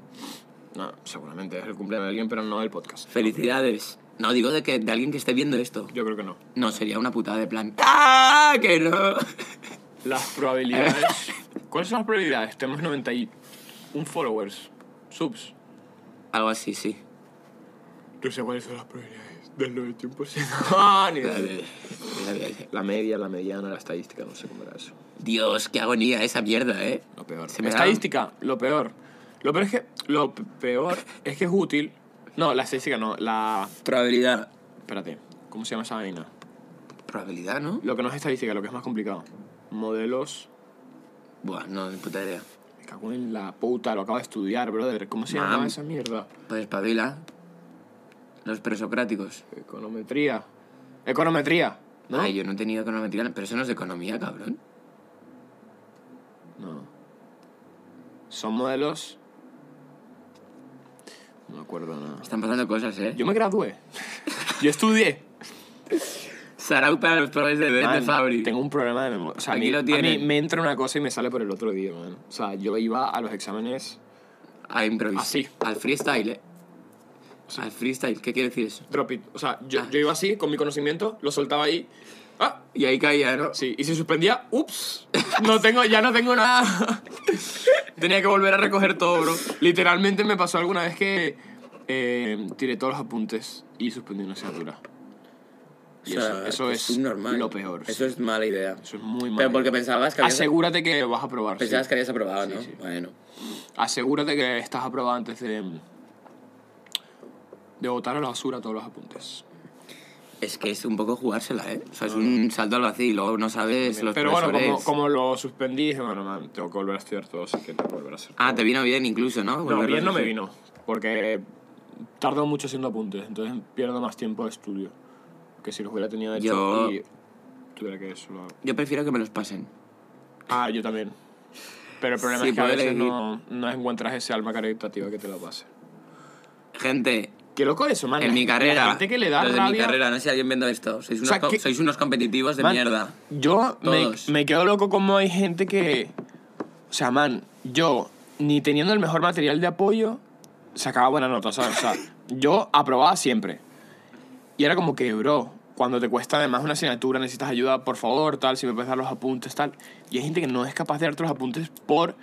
[SPEAKER 2] No, seguramente es el cumpleaños de alguien, pero no del podcast.
[SPEAKER 1] Felicidades. No digo de que de alguien que esté viendo esto.
[SPEAKER 2] Yo creo que no.
[SPEAKER 1] No, sería una putada de plan. ¡Ah! ¡Que no! [LAUGHS]
[SPEAKER 2] Las probabilidades. ¿Cuáles son las probabilidades? Tenemos 91 followers, subs.
[SPEAKER 1] Algo así, sí.
[SPEAKER 2] No sé cuáles son las probabilidades del 91%. [LAUGHS] Ah,
[SPEAKER 1] [LAUGHS]
[SPEAKER 2] ni idea. La media, la mediana, la estadística, no sé cómo era eso.
[SPEAKER 1] Dios, qué agonía esa mierda, ¿eh?
[SPEAKER 2] Lo peor.
[SPEAKER 1] Se me da-
[SPEAKER 2] estadística, lo peor. Lo peor es que. Lo p- peor es que es útil. No, la estadística no. La.
[SPEAKER 1] Probabilidad.
[SPEAKER 2] Espérate. ¿Cómo se llama esa vaina?
[SPEAKER 1] Probabilidad, ¿no?
[SPEAKER 2] Lo que no es estadística, lo que es más complicado. Modelos.
[SPEAKER 1] Buah, no, ni puta idea.
[SPEAKER 2] Me cago en la puta, lo acabo de estudiar, brother. ¿Cómo se llama
[SPEAKER 1] Mam.
[SPEAKER 2] esa mierda?
[SPEAKER 1] Pues espabila. Los presocráticos.
[SPEAKER 2] Econometría. Econometría. ¿No?
[SPEAKER 1] Ay, yo no he tenido econometría, pero eso no es de economía, cabrón.
[SPEAKER 2] No. Son modelos. No me acuerdo nada.
[SPEAKER 1] Están pasando cosas, ¿eh?
[SPEAKER 2] Yo me gradué. [LAUGHS] Yo estudié.
[SPEAKER 1] Sarau para los profes de, de
[SPEAKER 2] Man,
[SPEAKER 1] Fabri.
[SPEAKER 2] Tengo un problema de memoria. O sea, a
[SPEAKER 1] Aquí
[SPEAKER 2] mí,
[SPEAKER 1] lo
[SPEAKER 2] a mí
[SPEAKER 1] tienen.
[SPEAKER 2] me entra una cosa y me sale por el otro día, man. O sea, yo iba a los exámenes.
[SPEAKER 1] A improvisar.
[SPEAKER 2] Así.
[SPEAKER 1] Al freestyle, ¿eh? Al freestyle, ¿qué quiere decir eso?
[SPEAKER 2] Drop it. O sea,
[SPEAKER 1] Ah.
[SPEAKER 2] yo, yo iba así, con mi conocimiento, lo soltaba ahí. ¡Ah!
[SPEAKER 1] Y ahí caía, ¿no?
[SPEAKER 2] Sí, y si suspendía, ups, no tengo, ya no tengo nada. [LAUGHS] Tenía que volver a recoger todo, bro. Literalmente me pasó alguna vez que eh, tiré todos los apuntes y suspendí una asignatura. Y
[SPEAKER 1] O sea,
[SPEAKER 2] eso, eso es,
[SPEAKER 1] subnormal.
[SPEAKER 2] lo peor.
[SPEAKER 1] Eso es mala idea.
[SPEAKER 2] Eso es muy malo.
[SPEAKER 1] Pero porque pensabas que habías,
[SPEAKER 2] Asegúrate que vas a probar. sí.
[SPEAKER 1] pensabas que habías aprobado, ¿no?
[SPEAKER 2] sí.
[SPEAKER 1] Bueno.
[SPEAKER 2] Asegúrate que estás aprobado antes de. de botar a la basura todos los apuntes.
[SPEAKER 1] Es que es un poco jugársela, ¿eh? O sea, es un salto al vacío y luego no sabes los
[SPEAKER 2] Pero bueno, como,
[SPEAKER 1] profesores.
[SPEAKER 2] como lo suspendí, dije, bueno, man, tengo que volver a estudiar todo, así que tengo que volver a hacer.
[SPEAKER 1] Ah, te vino bien incluso, ¿no?
[SPEAKER 2] No,
[SPEAKER 1] Volverlos
[SPEAKER 2] bien no
[SPEAKER 1] a
[SPEAKER 2] me
[SPEAKER 1] hacer.
[SPEAKER 2] vino, porque tardo mucho haciendo apuntes, entonces pierdo más tiempo de estudio que si los hubiera tenido hecho
[SPEAKER 1] Yo-
[SPEAKER 2] y tuviera que solo...
[SPEAKER 1] Yo prefiero que me los pasen.
[SPEAKER 2] Ah, yo también. Pero el problema
[SPEAKER 1] Sí,
[SPEAKER 2] es que a
[SPEAKER 1] puedo
[SPEAKER 2] veces
[SPEAKER 1] elegir.
[SPEAKER 2] no, no encuentras ese alma caritativa que te lo pase.
[SPEAKER 1] Gente,
[SPEAKER 2] Qué loco eso, man.
[SPEAKER 1] en
[SPEAKER 2] la-
[SPEAKER 1] mi carrera.
[SPEAKER 2] La gente que le da
[SPEAKER 1] los de
[SPEAKER 2] rabia...
[SPEAKER 1] mi carrera, no sé si alguien viendo esto. Sois
[SPEAKER 2] O
[SPEAKER 1] unos,
[SPEAKER 2] sea,
[SPEAKER 1] co-
[SPEAKER 2] que-
[SPEAKER 1] sois unos competitivos de
[SPEAKER 2] Man,
[SPEAKER 1] mierda.
[SPEAKER 2] Yo me,
[SPEAKER 1] Todos.
[SPEAKER 2] me quedo loco como hay gente que... O sea, man, yo ni teniendo el mejor material de apoyo sacaba buena nota, ¿sabes? O
[SPEAKER 1] [LAUGHS]
[SPEAKER 2] sea, yo aprobaba siempre. Y era como que, bro, cuando te cuesta además una asignatura, necesitas ayuda, por favor, tal, si me puedes dar los apuntes, tal. Y hay gente que no es capaz de darte los apuntes por...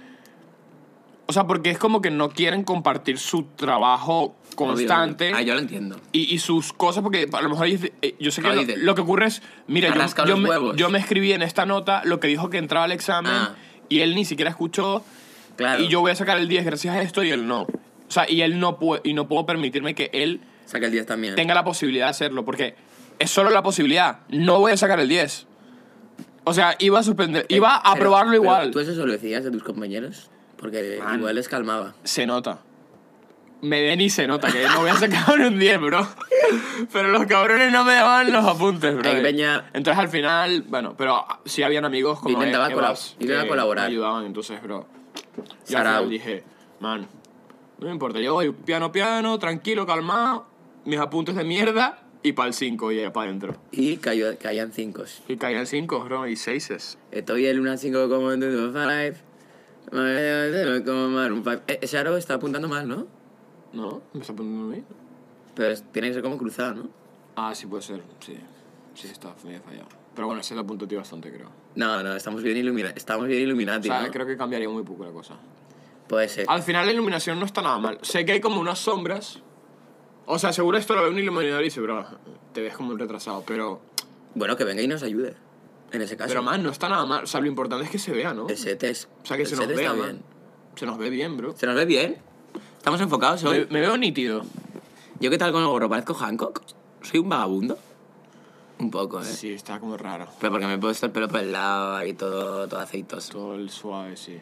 [SPEAKER 2] O sea, porque es como que no quieren compartir su trabajo constante
[SPEAKER 1] Obvio. Ah, yo lo entiendo.
[SPEAKER 2] y, y sus cosas, porque a lo mejor ellos- eh, yo sé que
[SPEAKER 1] Ah,
[SPEAKER 2] lo,
[SPEAKER 1] dice.
[SPEAKER 2] lo que ocurre es, mira, yo,
[SPEAKER 1] Arrasca
[SPEAKER 2] yo
[SPEAKER 1] los
[SPEAKER 2] me,
[SPEAKER 1] huevos.
[SPEAKER 2] yo me escribí en esta nota lo que dijo que entraba al examen
[SPEAKER 1] Ah.
[SPEAKER 2] y él ni siquiera escuchó
[SPEAKER 1] Claro.
[SPEAKER 2] y yo voy a sacar el 10 gracias a esto y él no. O sea, y él no puede, y no puedo permitirme que él
[SPEAKER 1] Saca el 10 también.
[SPEAKER 2] tenga la posibilidad de hacerlo, porque es solo la posibilidad, no voy a sacar el 10. O sea, iba a suspender,
[SPEAKER 1] Eh,
[SPEAKER 2] iba a
[SPEAKER 1] pero-
[SPEAKER 2] probarlo
[SPEAKER 1] pero
[SPEAKER 2] igual.
[SPEAKER 1] ¿Tú eso se lo decías a tus compañeros? Porque
[SPEAKER 2] Man.
[SPEAKER 1] igual les calmaba.
[SPEAKER 2] Se nota. Me ven y se nota que no voy a sacar un 10, bro. Pero los cabrones no me daban los apuntes, bro.
[SPEAKER 1] Ahí, Peña.
[SPEAKER 2] Entonces al final, bueno, pero sí habían amigos como
[SPEAKER 1] Intentaba
[SPEAKER 2] Evas
[SPEAKER 1] colab- intentaba
[SPEAKER 2] que
[SPEAKER 1] colaborar.
[SPEAKER 2] me ayudaban, entonces, bro. Yo al
[SPEAKER 1] Sarau.
[SPEAKER 2] final dije, man, no me importa, yo voy piano, piano, tranquilo, calmado, mis apuntes de mierda y para el 5 y para adentro.
[SPEAKER 1] Y cayó, caían 5.
[SPEAKER 2] Y caían 5, bro, y 6
[SPEAKER 1] Estoy el 1 al 5 como en tu Five. Madre, como Maroon five. Eh, Sharo está apuntando mal, ¿no?
[SPEAKER 2] ¿No? ¿Me está poniendo a mí?
[SPEAKER 1] Pero es- tiene que ser como cruzado, ¿no?
[SPEAKER 2] Ah, sí puede ser, sí. Sí, está medio fallado. Pero bueno, ese lo apuntó a ti bastante, creo.
[SPEAKER 1] No, no, estamos bien, ilumina estamos bien
[SPEAKER 2] O
[SPEAKER 1] iluminati,
[SPEAKER 2] sea,
[SPEAKER 1] ¿no?
[SPEAKER 2] creo que cambiaría muy poco la cosa.
[SPEAKER 1] Puede ser.
[SPEAKER 2] Al final la iluminación no está nada mal. Sé que hay como unas sombras. O sea, seguro esto lo ve un iluminador y dice, bro, te ves como un retrasado, pero...
[SPEAKER 1] Bueno, que venga y nos ayude. en ese caso.
[SPEAKER 2] Pero, man, no está nada mal. O sea, lo importante es que se vea, ¿no?
[SPEAKER 1] el set es.
[SPEAKER 2] O sea, que
[SPEAKER 1] el
[SPEAKER 2] se nos
[SPEAKER 1] set
[SPEAKER 2] vea,
[SPEAKER 1] está
[SPEAKER 2] man. Se nos ve bien, bro.
[SPEAKER 1] ¿Se nos ve bien? ¿Estamos enfocados
[SPEAKER 2] Me,
[SPEAKER 1] hoy?
[SPEAKER 2] me veo nítido.
[SPEAKER 1] ¿Yo qué tal con el gorro? ¿Parezco Hancock? ¿Soy un vagabundo? Un poco, ¿eh?
[SPEAKER 2] Sí, está como raro.
[SPEAKER 1] Pero porque me he puesto el pelo por el lado y todo, todo aceitoso.
[SPEAKER 2] Todo el suave, sí.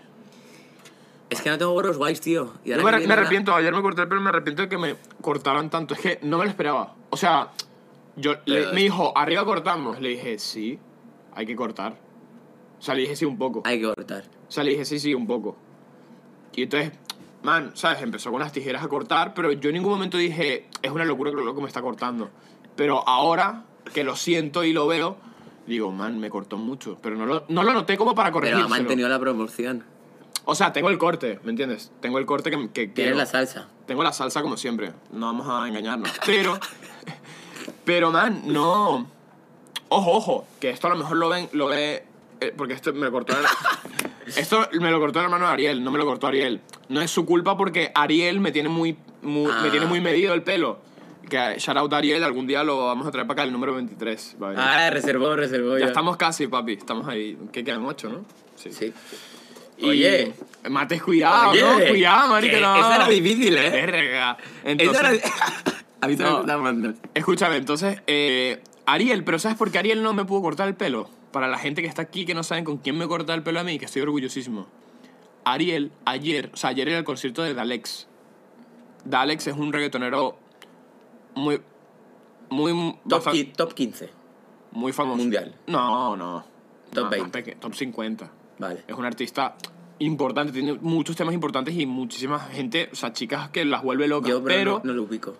[SPEAKER 1] Es que no tengo gorros guays, tío. Y
[SPEAKER 2] Yo me,
[SPEAKER 1] ahora que
[SPEAKER 2] arre-
[SPEAKER 1] viene
[SPEAKER 2] me
[SPEAKER 1] la-
[SPEAKER 2] arrepiento, ayer me corté el pelo, me arrepiento de que me cortaran tanto. Es que no me lo esperaba. O sea, yo le-
[SPEAKER 1] Pero-
[SPEAKER 2] me dijo, arriba cortamos. Le dije, sí, hay que cortar. O sea, le dije, sí, un poco.
[SPEAKER 1] Hay que cortar.
[SPEAKER 2] O sea, le dije, sí, sí, un poco. Y entonces, man, ¿sabes? Empezó con las tijeras a cortar, pero yo en ningún momento dije, es una locura que lo que me está cortando. Pero ahora que lo siento y lo veo, digo, man, me cortó mucho. Pero no lo, no lo noté como para
[SPEAKER 1] Pero ha
[SPEAKER 2] corregírselo.
[SPEAKER 1] mantenido la proporción.
[SPEAKER 2] O sea, tengo el corte, ¿me entiendes? Tengo el corte que, que
[SPEAKER 1] Tienes
[SPEAKER 2] quiero.
[SPEAKER 1] la salsa.
[SPEAKER 2] Tengo la salsa como siempre, no vamos a engañarnos. Pero, pero man, no. Ojo, ojo, que esto a lo mejor lo ven, lo ve. eh, porque esto me lo cortó. el- esto me lo cortó el hermano de Ariel, no me lo cortó Ariel. No es su culpa porque Ariel me tiene muy, muy-
[SPEAKER 1] Ah.
[SPEAKER 2] me tiene muy medido el pelo. Que shout out a Ariel, algún día lo vamos a traer para acá, el número 23. va a venir.
[SPEAKER 1] Ah, reservó, reservó.
[SPEAKER 2] ya estamos casi, papi, estamos ahí. ¿Qué quedan? ¿Ocho, no?
[SPEAKER 1] Sí.
[SPEAKER 2] Y-
[SPEAKER 1] Oye.
[SPEAKER 2] Mates, cuidado,
[SPEAKER 1] Oye,
[SPEAKER 2] ¿no? Cuidado, marica,
[SPEAKER 1] que
[SPEAKER 2] no.
[SPEAKER 1] esa era difícil, ¿eh?
[SPEAKER 2] Verga.
[SPEAKER 1] Eso
[SPEAKER 2] Entonces,
[SPEAKER 1] era... [LAUGHS] A mí también
[SPEAKER 2] No.
[SPEAKER 1] me estaba mandando.
[SPEAKER 2] Escúchame, entonces, eh, Ariel, pero ¿sabes por qué Ariel no me pudo cortar el pelo? Para la gente que está aquí que no saben con quién me corta el pelo a mí, que estoy orgullosísimo. Ariel, ayer, o sea, ayer era el concierto de Dalex. Dalex es un reggaetonero muy. Muy.
[SPEAKER 1] Top,
[SPEAKER 2] bastan-
[SPEAKER 1] qui- top 15.
[SPEAKER 2] muy famoso.
[SPEAKER 1] mundial.
[SPEAKER 2] No, no.
[SPEAKER 1] Top
[SPEAKER 2] No,
[SPEAKER 1] 20.
[SPEAKER 2] más peque- top 50.
[SPEAKER 1] Vale.
[SPEAKER 2] Es un artista importante, tiene muchos temas importantes y muchísima gente, o sea, chicas que las vuelve locas.
[SPEAKER 1] Yo, pero,
[SPEAKER 2] pero,
[SPEAKER 1] no, no lo ubico.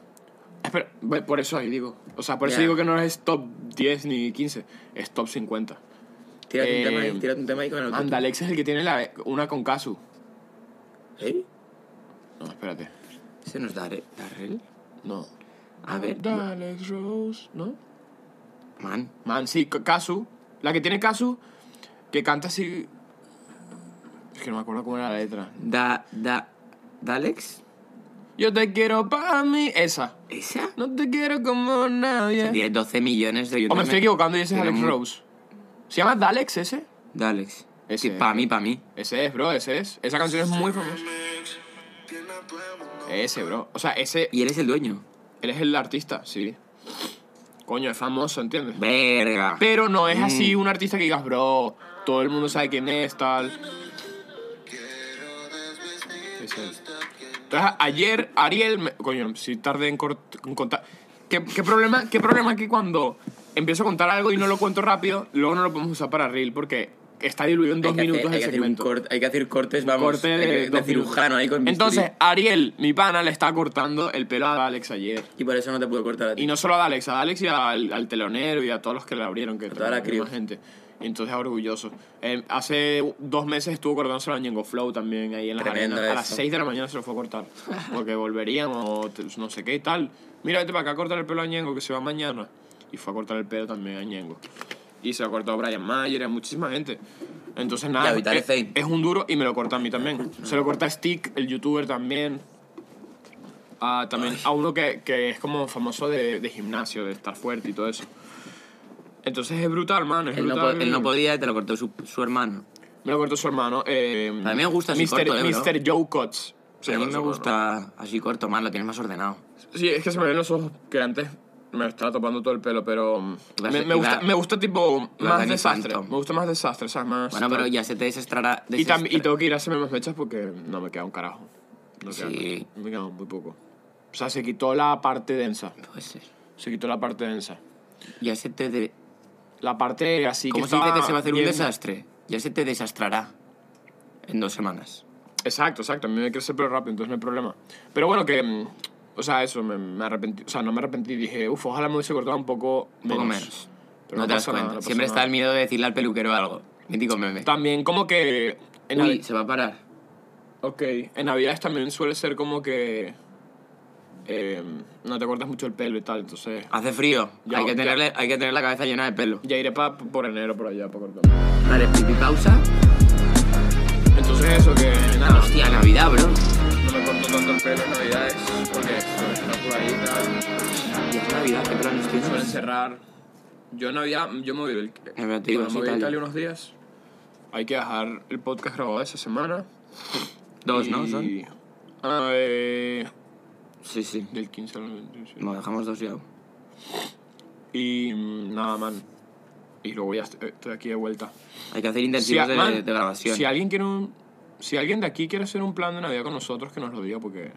[SPEAKER 2] espera, ve, por eso ahí digo. O sea, por eso
[SPEAKER 1] Ya.
[SPEAKER 2] digo que no es top 10 ni 15, es top 50.
[SPEAKER 1] Tírate,
[SPEAKER 2] Eh,
[SPEAKER 1] un, tema ahí, tírate un tema ahí con el otro.
[SPEAKER 2] Anda, Alex es el que tiene la, una con Casu.
[SPEAKER 1] ¿Eh?
[SPEAKER 2] No, espérate.
[SPEAKER 1] Ese no es Dare- Darrell.
[SPEAKER 2] No.
[SPEAKER 1] A ver.
[SPEAKER 2] Alex Rose, ¿no?
[SPEAKER 1] Man.
[SPEAKER 2] Man, sí, K- Casu. La que tiene Casu, que canta así. Es que no me acuerdo cómo era la letra.
[SPEAKER 1] Da, da, Dalex.
[SPEAKER 2] Yo te quiero para mí. Esa.
[SPEAKER 1] ¿Esa?
[SPEAKER 2] No te quiero como nadie.
[SPEAKER 1] Tiene 12 millones de
[SPEAKER 2] O me
[SPEAKER 1] youtubers.
[SPEAKER 2] estoy equivocando y ese es
[SPEAKER 1] Era
[SPEAKER 2] Alex
[SPEAKER 1] muy-
[SPEAKER 2] Rose. ¿Se llama Dalex ese?
[SPEAKER 1] Dalex.
[SPEAKER 2] Ese eh.
[SPEAKER 1] Sí,
[SPEAKER 2] es.
[SPEAKER 1] pa' mí, pa' mí.
[SPEAKER 2] Ese es, bro, ese es. Esa canción es muy famosa. Ese, bro. O sea, ese.
[SPEAKER 1] Y eres el dueño.
[SPEAKER 2] Él es el artista, sí. Coño, es famoso, ¿entiendes?
[SPEAKER 1] Verga.
[SPEAKER 2] Pero no es así
[SPEAKER 1] Mm.
[SPEAKER 2] un artista que digas, bro, todo el mundo sabe quién es, tal. Es él. Entonces, ayer, Ariel, me- coño, si tardé en, cort- en contar. ¿Qué, qué problema, ¿Qué problema que cuando empiezo a contar algo y no lo cuento rápido, luego no lo podemos usar para Reel porque está diluido en dos
[SPEAKER 1] Hay que
[SPEAKER 2] minutos
[SPEAKER 1] hacer- hay
[SPEAKER 2] el
[SPEAKER 1] que hacer un
[SPEAKER 2] segmento.
[SPEAKER 1] corte- hay que hacer cortes, vamos.
[SPEAKER 2] Corte
[SPEAKER 1] hay que-
[SPEAKER 2] de, dos
[SPEAKER 1] cirujano
[SPEAKER 2] minutos.
[SPEAKER 1] ahí con bisturí.
[SPEAKER 2] Entonces, Ariel, mi pana, le está cortando el pelo a Alex ayer.
[SPEAKER 1] Y por eso no te puedo cortar a ti.
[SPEAKER 2] Y no solo a Alex, a Alex y al, al telonero y a todos los que le abrieron, que
[SPEAKER 1] toda la
[SPEAKER 2] también
[SPEAKER 1] crew.
[SPEAKER 2] gente. Y entonces orgulloso. Eh, hace dos meses estuvo cortándose a Ñengo Flow también ahí en la
[SPEAKER 1] Tremendo
[SPEAKER 2] arena. A las
[SPEAKER 1] eso.
[SPEAKER 2] 6 de la mañana se lo fue a cortar. Porque volverían o te- no sé qué y tal. Mira, vete para acá a cortar el pelo a Ñengo que se va mañana. Y fue a cortar el pelo también a Ñengo. Y se lo cortó a Brian Mayer, a muchísima gente. Entonces
[SPEAKER 1] Y a Ah,
[SPEAKER 2] nada,
[SPEAKER 1] Vital
[SPEAKER 2] es,
[SPEAKER 1] Zane.
[SPEAKER 2] es un duro y me lo corta a mí también. Se lo corta a Stick, el youtuber también. Ah, también a uno que, que es como famoso de, de gimnasio, de estar fuerte y todo eso. Entonces es brutal, man. Es
[SPEAKER 1] él, no po-
[SPEAKER 2] brutal.
[SPEAKER 1] él no podía y te lo cortó su, su hermano.
[SPEAKER 2] Me lo cortó su hermano. Eh,
[SPEAKER 1] A mí me gusta así
[SPEAKER 2] Mr.
[SPEAKER 1] corto, eh, bro.
[SPEAKER 2] Mr. Joe Cots. Se
[SPEAKER 1] a mí
[SPEAKER 2] llama
[SPEAKER 1] me
[SPEAKER 2] su
[SPEAKER 1] gusta así corto, man, lo tienes más ordenado.
[SPEAKER 2] hermano. Sí, es que se me ven los ojos que antes me estaba topando todo el pelo, pero.
[SPEAKER 1] Iba a
[SPEAKER 2] Me,
[SPEAKER 1] ser-
[SPEAKER 2] me gusta,
[SPEAKER 1] iba-
[SPEAKER 2] me gusta tipo
[SPEAKER 1] iba a
[SPEAKER 2] más
[SPEAKER 1] Danny
[SPEAKER 2] desastre.
[SPEAKER 1] Phantom.
[SPEAKER 2] Me gusta más desastre, ¿sabes? Más
[SPEAKER 1] Bueno, pero
[SPEAKER 2] tal.
[SPEAKER 1] ya se te desestrará.
[SPEAKER 2] Y, tam- y tengo que ir a hacerme más mechas porque no me queda un carajo. No queda
[SPEAKER 1] Sí.
[SPEAKER 2] nada. Me queda muy poco. O sea, se quitó la parte densa.
[SPEAKER 1] Puede ser.
[SPEAKER 2] Se quitó la parte densa.
[SPEAKER 1] Pues, Ya se te. de-
[SPEAKER 2] La parte así
[SPEAKER 1] ¿Cómo
[SPEAKER 2] que
[SPEAKER 1] se dice
[SPEAKER 2] estaba
[SPEAKER 1] que se va a hacer un
[SPEAKER 2] bien-
[SPEAKER 1] desastre? Ya se te desastrará en dos semanas.
[SPEAKER 2] Exacto, exacto. A mí me crece el pelo rápido, entonces no hay problema. Pero bueno, que... mm, O sea, eso, me, me arrepentí. O sea, no me arrepentí. Dije, uff, ojalá me hubiese cortado un poco
[SPEAKER 1] Un
[SPEAKER 2] menos.
[SPEAKER 1] poco menos.
[SPEAKER 2] Pero
[SPEAKER 1] no, te das
[SPEAKER 2] pasa nada,
[SPEAKER 1] cuenta.
[SPEAKER 2] no pasa
[SPEAKER 1] Siempre
[SPEAKER 2] nada.
[SPEAKER 1] está el miedo de decirle al peluquero algo. Mítico meme.
[SPEAKER 2] También como que... En
[SPEAKER 1] Uy,
[SPEAKER 2] Navi-
[SPEAKER 1] se va a parar.
[SPEAKER 2] Ok, en Navidades también suele ser como que... eh, no te cortas mucho el pelo y tal, entonces...
[SPEAKER 1] Hace frío.
[SPEAKER 2] Ya,
[SPEAKER 1] hay, que
[SPEAKER 2] ya.
[SPEAKER 1] tenerle, hay que tener la cabeza llena de pelo.
[SPEAKER 2] Ya iré pa, por enero por allá para cortar.
[SPEAKER 1] Vale, pipi pausa.
[SPEAKER 2] Entonces eso que nada,
[SPEAKER 1] Hostia, Navidad, bro.
[SPEAKER 2] no me corto tanto el pelo en navidades porque suelen estar por ahí y tal,
[SPEAKER 1] Y es Navidad, ¿qué planes tienes?
[SPEAKER 2] suelen cerrar. Yo en Navidad, yo me voy, el,
[SPEAKER 1] Me voy a ti,
[SPEAKER 2] bueno,
[SPEAKER 1] vas
[SPEAKER 2] me
[SPEAKER 1] a
[SPEAKER 2] voy a
[SPEAKER 1] Italia.
[SPEAKER 2] Italia unos días. Hay que dejar el podcast grabado esa semana.
[SPEAKER 1] Dos,
[SPEAKER 2] Y-
[SPEAKER 1] ¿no? Son.
[SPEAKER 2] Ah, eh,
[SPEAKER 1] Sí, sí.
[SPEAKER 2] del 15 al 28.
[SPEAKER 1] Nos dejamos dos ya.
[SPEAKER 2] Y mm, nada, man. Y luego ya est- estoy aquí de vuelta.
[SPEAKER 1] Hay que hacer
[SPEAKER 2] Si, a-
[SPEAKER 1] intensivos de,
[SPEAKER 2] man,
[SPEAKER 1] de grabación.
[SPEAKER 2] si alguien quiere un. Si alguien de aquí quiere hacer un plan de Navidad con nosotros, que nos lo diga porque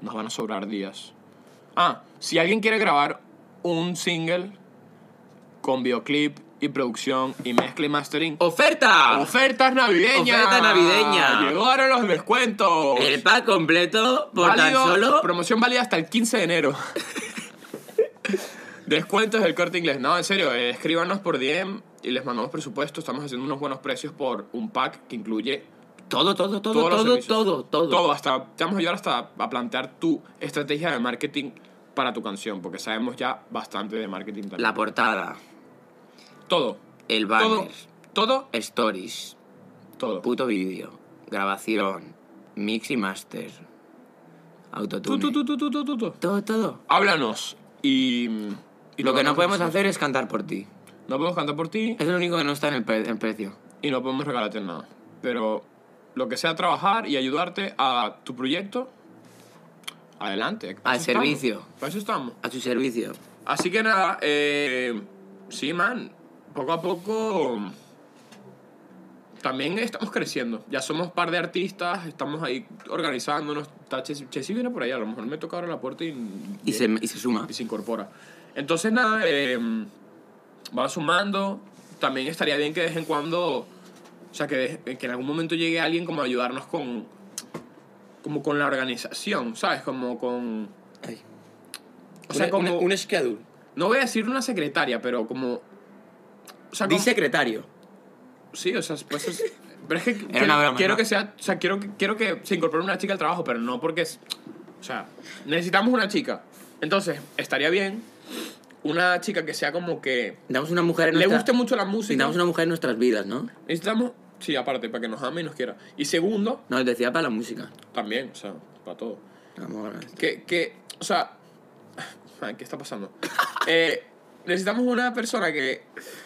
[SPEAKER 2] nos van a sobrar días. Ah, si alguien quiere grabar un single con videoclip y producción y mezcla y mastering.
[SPEAKER 1] ¡Oferta!
[SPEAKER 2] ¡Ofertas navideñas!
[SPEAKER 1] Oferta navideña.
[SPEAKER 2] ¡Llegaron los descuentos!
[SPEAKER 1] El pack completo por
[SPEAKER 2] Válido-
[SPEAKER 1] tan solo.
[SPEAKER 2] Promoción válida hasta el 15 de enero. [LAUGHS] Descuentos del corte inglés. No, en serio, eh, escríbanos por DM y les mandamos presupuesto. Estamos haciendo unos buenos precios por un pack que incluye
[SPEAKER 1] Todo, todo, todo,
[SPEAKER 2] todos los
[SPEAKER 1] todo,
[SPEAKER 2] servicios.
[SPEAKER 1] todo, todo.
[SPEAKER 2] Todo, hasta, te vamos a ayudar hasta a plantear tu estrategia de marketing para tu canción, porque sabemos ya bastante de marketing también.
[SPEAKER 1] La portada,
[SPEAKER 2] todo.
[SPEAKER 1] el
[SPEAKER 2] Todo.
[SPEAKER 1] banner,
[SPEAKER 2] Todo.
[SPEAKER 1] stories,
[SPEAKER 2] Todo.
[SPEAKER 1] puto vídeo, grabación, mix y master,
[SPEAKER 2] Tú,
[SPEAKER 1] autotune.
[SPEAKER 2] tú, tú, tú, tú, tú, tú, tú.
[SPEAKER 1] Todo, todo.
[SPEAKER 2] Háblanos. Y, mm, y
[SPEAKER 1] Lo
[SPEAKER 2] te
[SPEAKER 1] que no
[SPEAKER 2] mandamos
[SPEAKER 1] podemos
[SPEAKER 2] presupuesto.
[SPEAKER 1] hacer es cantar por ti.
[SPEAKER 2] No podemos cantar por ti.
[SPEAKER 1] Es lo único que no está en el, pre- en precio.
[SPEAKER 2] y no podemos regalarte nada. Pero lo que sea trabajar y ayudarte a tu proyecto, adelante. Para
[SPEAKER 1] Al
[SPEAKER 2] eso estamos.
[SPEAKER 1] servicio.
[SPEAKER 2] Para eso estamos.
[SPEAKER 1] A tu servicio.
[SPEAKER 2] Así que nada, eh, sí, man, poco a poco también estamos creciendo. Ya somos par de artistas, estamos ahí organizándonos. Está Chessy, Chessy viene por allá, a lo mejor me toca ahora la puerta y,
[SPEAKER 1] Y, se, y se suma.
[SPEAKER 2] y se incorpora. Entonces, nada, eh, va sumando. También estaría bien que de vez en cuando, o sea, que, de- eh, que en algún momento llegue alguien como a ayudarnos con, como con la organización, ¿sabes? Como con...
[SPEAKER 1] Ay.
[SPEAKER 2] O sea, como...
[SPEAKER 1] schedule.
[SPEAKER 2] No voy a decir una secretaria, pero como... O sea,
[SPEAKER 1] Di
[SPEAKER 2] como,
[SPEAKER 1] secretario.
[SPEAKER 2] Sí, o sea, pues es- Pero es que quiero,
[SPEAKER 1] una broma,
[SPEAKER 2] quiero
[SPEAKER 1] ¿no?
[SPEAKER 2] que sea... O sea, quiero que, quiero que se incorpore una chica al trabajo, pero no porque es... O sea, necesitamos una chica. Entonces, estaría bien una chica que sea como que...
[SPEAKER 1] Damos una mujer en
[SPEAKER 2] le
[SPEAKER 1] nuestra-
[SPEAKER 2] guste mucho la música.
[SPEAKER 1] Necesitamos una mujer en nuestras vidas, ¿no?
[SPEAKER 2] Necesitamos, sí, aparte, para que nos ame y nos quiera. Y segundo,
[SPEAKER 1] No, decía para la música.
[SPEAKER 2] también, o sea, para todo.
[SPEAKER 1] Amor.
[SPEAKER 2] [LAUGHS] Que, que o sea, ay, ¿qué está pasando? Eh, necesitamos una persona que,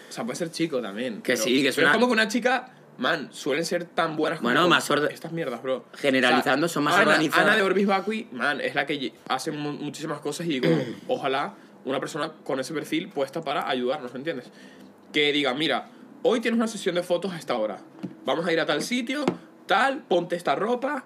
[SPEAKER 2] o sea, puede ser chico también.
[SPEAKER 1] Que sí, que es
[SPEAKER 2] pero
[SPEAKER 1] una-
[SPEAKER 2] como que una chica, man, suelen ser tan buenas
[SPEAKER 1] Bueno,
[SPEAKER 2] como
[SPEAKER 1] más orga-
[SPEAKER 2] estas mierdas, bro.
[SPEAKER 1] Generalizando, son más
[SPEAKER 2] Ana,
[SPEAKER 1] organizadas.
[SPEAKER 2] Ana de Orbis Vacui, man, es la que lle- hace mu- muchísimas cosas y
[SPEAKER 1] [CLEARS THROAT]
[SPEAKER 2] digo, ojalá una persona con ese perfil puesta para ayudarnos, ¿me ¿entiendes? que diga, mira, hoy tienes una sesión de fotos a esta hora. Vamos a ir a tal sitio, tal, ponte esta ropa,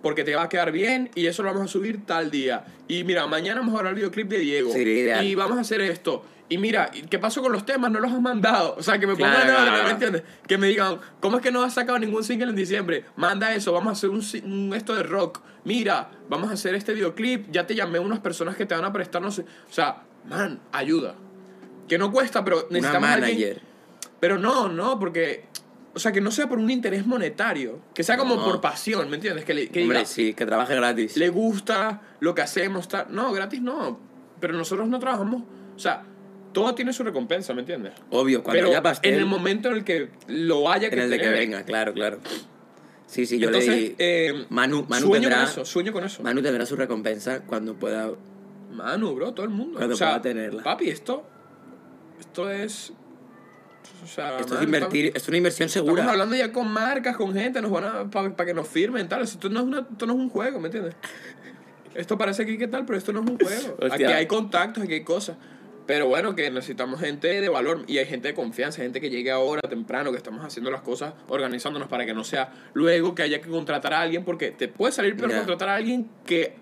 [SPEAKER 2] porque te va a quedar bien y eso lo vamos a subir tal día. Y mira, mañana vamos a grabar el videoclip de Diego.
[SPEAKER 1] Sería ideal.
[SPEAKER 2] Y vamos a hacer esto. Y mira, ¿y ¿qué pasó con los temas? No los has mandado. O sea, [LAUGHS] que me pongan
[SPEAKER 1] Claro,
[SPEAKER 2] a
[SPEAKER 1] claro,
[SPEAKER 2] ¿me
[SPEAKER 1] claro.
[SPEAKER 2] entiendes? Que me digan, ¿cómo es que no has sacado ningún single en diciembre? Manda eso, vamos a hacer un, si- un esto de rock. Mira, vamos a hacer este videoclip. Ya te llamé a unas personas que te van a prestar, no sé. O sea, man, ayuda. Que no cuesta, pero
[SPEAKER 1] Una
[SPEAKER 2] necesitamos a alguien-
[SPEAKER 1] manager.
[SPEAKER 2] pero no, no, porque. O sea, que no sea por un interés monetario. Que sea como
[SPEAKER 1] No.
[SPEAKER 2] por pasión, ¿me entiendes? Que, le, que
[SPEAKER 1] Hombre,
[SPEAKER 2] diga,
[SPEAKER 1] sí, que trabaje gratis.
[SPEAKER 2] le gusta lo que hacemos. Tal. No, gratis no. Pero nosotros no trabajamos. O sea, todo tiene su recompensa, ¿me entiendes?
[SPEAKER 1] Obvio, cuando
[SPEAKER 2] Pero
[SPEAKER 1] ya pastel,
[SPEAKER 2] en el momento en el que lo haya que
[SPEAKER 1] en el de que
[SPEAKER 2] tener.
[SPEAKER 1] venga, claro, claro. Sí, sí, yo
[SPEAKER 2] Entonces,
[SPEAKER 1] le di...
[SPEAKER 2] eh,
[SPEAKER 1] Manu, Manu
[SPEAKER 2] sueño
[SPEAKER 1] tendrá,
[SPEAKER 2] con eso, sueño Ah, con eso. Manu,
[SPEAKER 1] Manu tendrá su recompensa cuando pueda...
[SPEAKER 2] bro, todo el mundo.
[SPEAKER 1] Cuando
[SPEAKER 2] o sea,
[SPEAKER 1] pueda tenerla.
[SPEAKER 2] Papi, esto. Esto es. O sea,
[SPEAKER 1] Esto es
[SPEAKER 2] man,
[SPEAKER 1] invertir, es una inversión segura.
[SPEAKER 2] Estamos hablando ya con marcas, con gente, nos van a para que nos firmen, tal. Esto no, es una- esto no es un juego, ¿me entiendes? Esto parece aquí que tal, pero esto no es un juego.
[SPEAKER 1] [LAUGHS] Hostia.
[SPEAKER 2] aquí hay contactos, aquí hay cosas. Pero bueno, que necesitamos gente de valor y hay gente de confianza, gente que llegue ahora temprano, que estamos haciendo las cosas, organizándonos para que no sea luego que haya que contratar a alguien, porque te puede salir peor
[SPEAKER 1] Ya.
[SPEAKER 2] contratar a alguien que,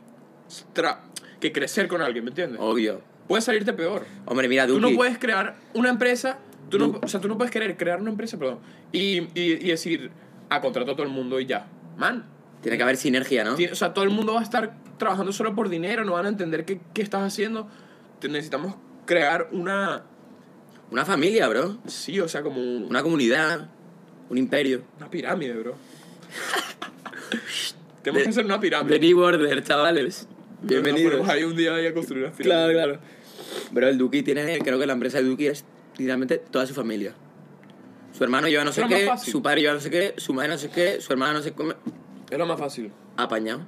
[SPEAKER 2] tra- que crecer con alguien, ¿me entiendes?
[SPEAKER 1] Obvio.
[SPEAKER 2] Puede salirte peor.
[SPEAKER 1] Hombre, mira,
[SPEAKER 2] Tú
[SPEAKER 1] Duki,
[SPEAKER 2] no puedes crear una empresa, tú no, o sea, tú no puedes querer crear una empresa, perdón, y, y, y decir, a contrato a todo el mundo y ya. Man,
[SPEAKER 1] tiene que haber sinergia, ¿no?
[SPEAKER 2] ti- o sea, todo el mundo va a estar trabajando solo por dinero, no van a entender qué, qué estás haciendo. Te- Necesitamos crear una,
[SPEAKER 1] Una familia, bro.
[SPEAKER 2] sí, o sea, como un-
[SPEAKER 1] Una comunidad, un imperio.
[SPEAKER 2] una pirámide,
[SPEAKER 1] [LAUGHS]
[SPEAKER 2] bro. Tenemos que hacer una pirámide.
[SPEAKER 1] Benny Border, chavales.
[SPEAKER 2] Nos
[SPEAKER 1] Bienvenidos.
[SPEAKER 2] ponemos ahí un día y a construir una pirámide.
[SPEAKER 1] Claro, claro. Pero el Duki tiene, creo que la empresa de Duki es literalmente toda su familia. Su hermano lleva no sé
[SPEAKER 2] Pero más
[SPEAKER 1] qué,
[SPEAKER 2] fácil.
[SPEAKER 1] su padre lleva no sé qué, su madre no sé qué, su hermana no sé cómo.
[SPEAKER 2] Es lo más fácil.
[SPEAKER 1] Apañado.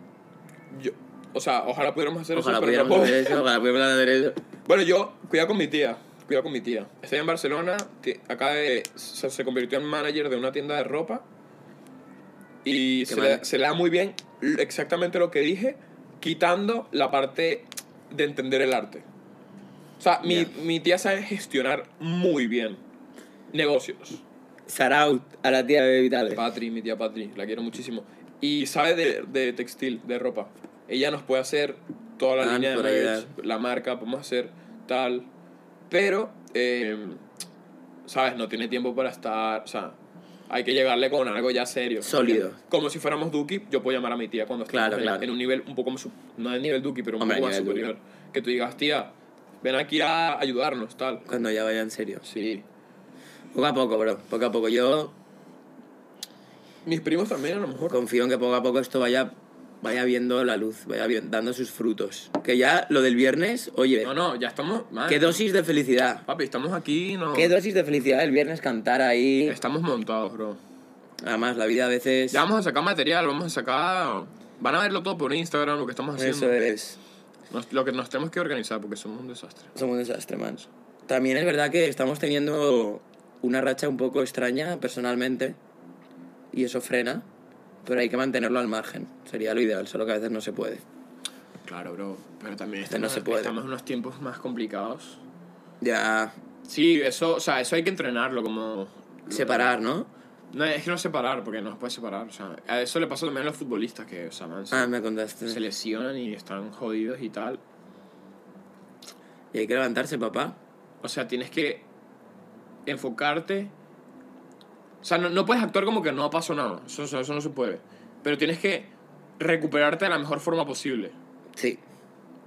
[SPEAKER 2] Yo, o sea, ojalá pudiéramos hacer
[SPEAKER 1] Ojalá
[SPEAKER 2] eso, pero no
[SPEAKER 1] pudiéramos
[SPEAKER 2] puedo.
[SPEAKER 1] hacer eso, ojalá pudiéramos hacer eso.
[SPEAKER 2] Bueno, yo, cuidado con mi tía. cuidado con mi tía. Está en Barcelona, ti- acaba de, se, se convirtió en manager de una tienda de ropa y se
[SPEAKER 1] mal.
[SPEAKER 2] le, se le da muy bien l- exactamente lo que dije, quitando la parte de entender el arte. O sea, mi,
[SPEAKER 1] Ya.
[SPEAKER 2] mi tía sabe gestionar muy bien negocios.
[SPEAKER 3] Saraut a la tía de Vitales.
[SPEAKER 2] Patri, mi tía Patri, la quiero muchísimo. Y sabe de, de textil, de ropa. Ella nos puede hacer toda la
[SPEAKER 1] Ah,
[SPEAKER 2] línea de
[SPEAKER 1] por
[SPEAKER 2] merch,
[SPEAKER 1] ayudar.
[SPEAKER 2] la marca, podemos hacer tal. Pero, eh, ¿sabes? No tiene tiempo para estar. O sea, hay que llegarle con algo ya serio.
[SPEAKER 1] Sólido.
[SPEAKER 2] Como si fuéramos Duki, yo puedo llamar a mi tía cuando estemos
[SPEAKER 1] Claro,
[SPEAKER 2] en,
[SPEAKER 1] claro.
[SPEAKER 2] en un nivel un poco más. su- No de nivel Duki, pero un
[SPEAKER 1] Hombre,
[SPEAKER 2] poco más
[SPEAKER 1] nivel Duki.
[SPEAKER 2] superior. Que tú digas, tía, ven aquí a ayudarnos, tal.
[SPEAKER 1] Cuando ya vaya en serio.
[SPEAKER 2] Sí.
[SPEAKER 1] Poco a poco, bro. Poco a poco. Yo
[SPEAKER 2] Mis primos también, a lo mejor.
[SPEAKER 1] confío en que poco a poco esto vaya, vaya viendo la luz, vaya vi- dando sus frutos. Que ya lo del viernes, oye,
[SPEAKER 2] No, no, ya estamos. madre.
[SPEAKER 1] qué dosis de felicidad.
[SPEAKER 2] Papi, estamos aquí, no.
[SPEAKER 1] Qué dosis de felicidad el viernes cantar ahí.
[SPEAKER 2] Estamos montados, bro.
[SPEAKER 1] Además, la vida a veces...
[SPEAKER 2] Ya vamos a sacar material, vamos a sacar. Van a verlo todo por Instagram, lo que estamos haciendo.
[SPEAKER 1] Eso es.
[SPEAKER 2] Nos- lo que nos tenemos que organizar porque somos un desastre.
[SPEAKER 1] Somos un desastre, man. También es verdad que estamos teniendo una racha un poco extraña personalmente y eso frena, pero hay que mantenerlo al margen. Sería lo ideal, solo que a veces no se puede.
[SPEAKER 2] Claro, bro. Pero también
[SPEAKER 1] no
[SPEAKER 2] estamos,
[SPEAKER 1] se puede.
[SPEAKER 2] estamos en unos tiempos más complicados.
[SPEAKER 1] Ya
[SPEAKER 2] Sí, eso, o sea, eso hay que entrenarlo como.
[SPEAKER 1] separar, ¿no?
[SPEAKER 2] No, es que no separar, porque no se puede separar. O sea, a eso le pasa también a los futbolistas que, o sea, man, se,
[SPEAKER 1] Ah, me contaste.
[SPEAKER 2] se lesionan y están jodidos y tal.
[SPEAKER 1] Y hay que levantarse, papá.
[SPEAKER 2] O sea, tienes que enfocarte. O sea, no, no puedes actuar como que no pasó nada. Eso, eso- eso no se puede. Pero tienes que recuperarte de la mejor forma posible.
[SPEAKER 1] Sí.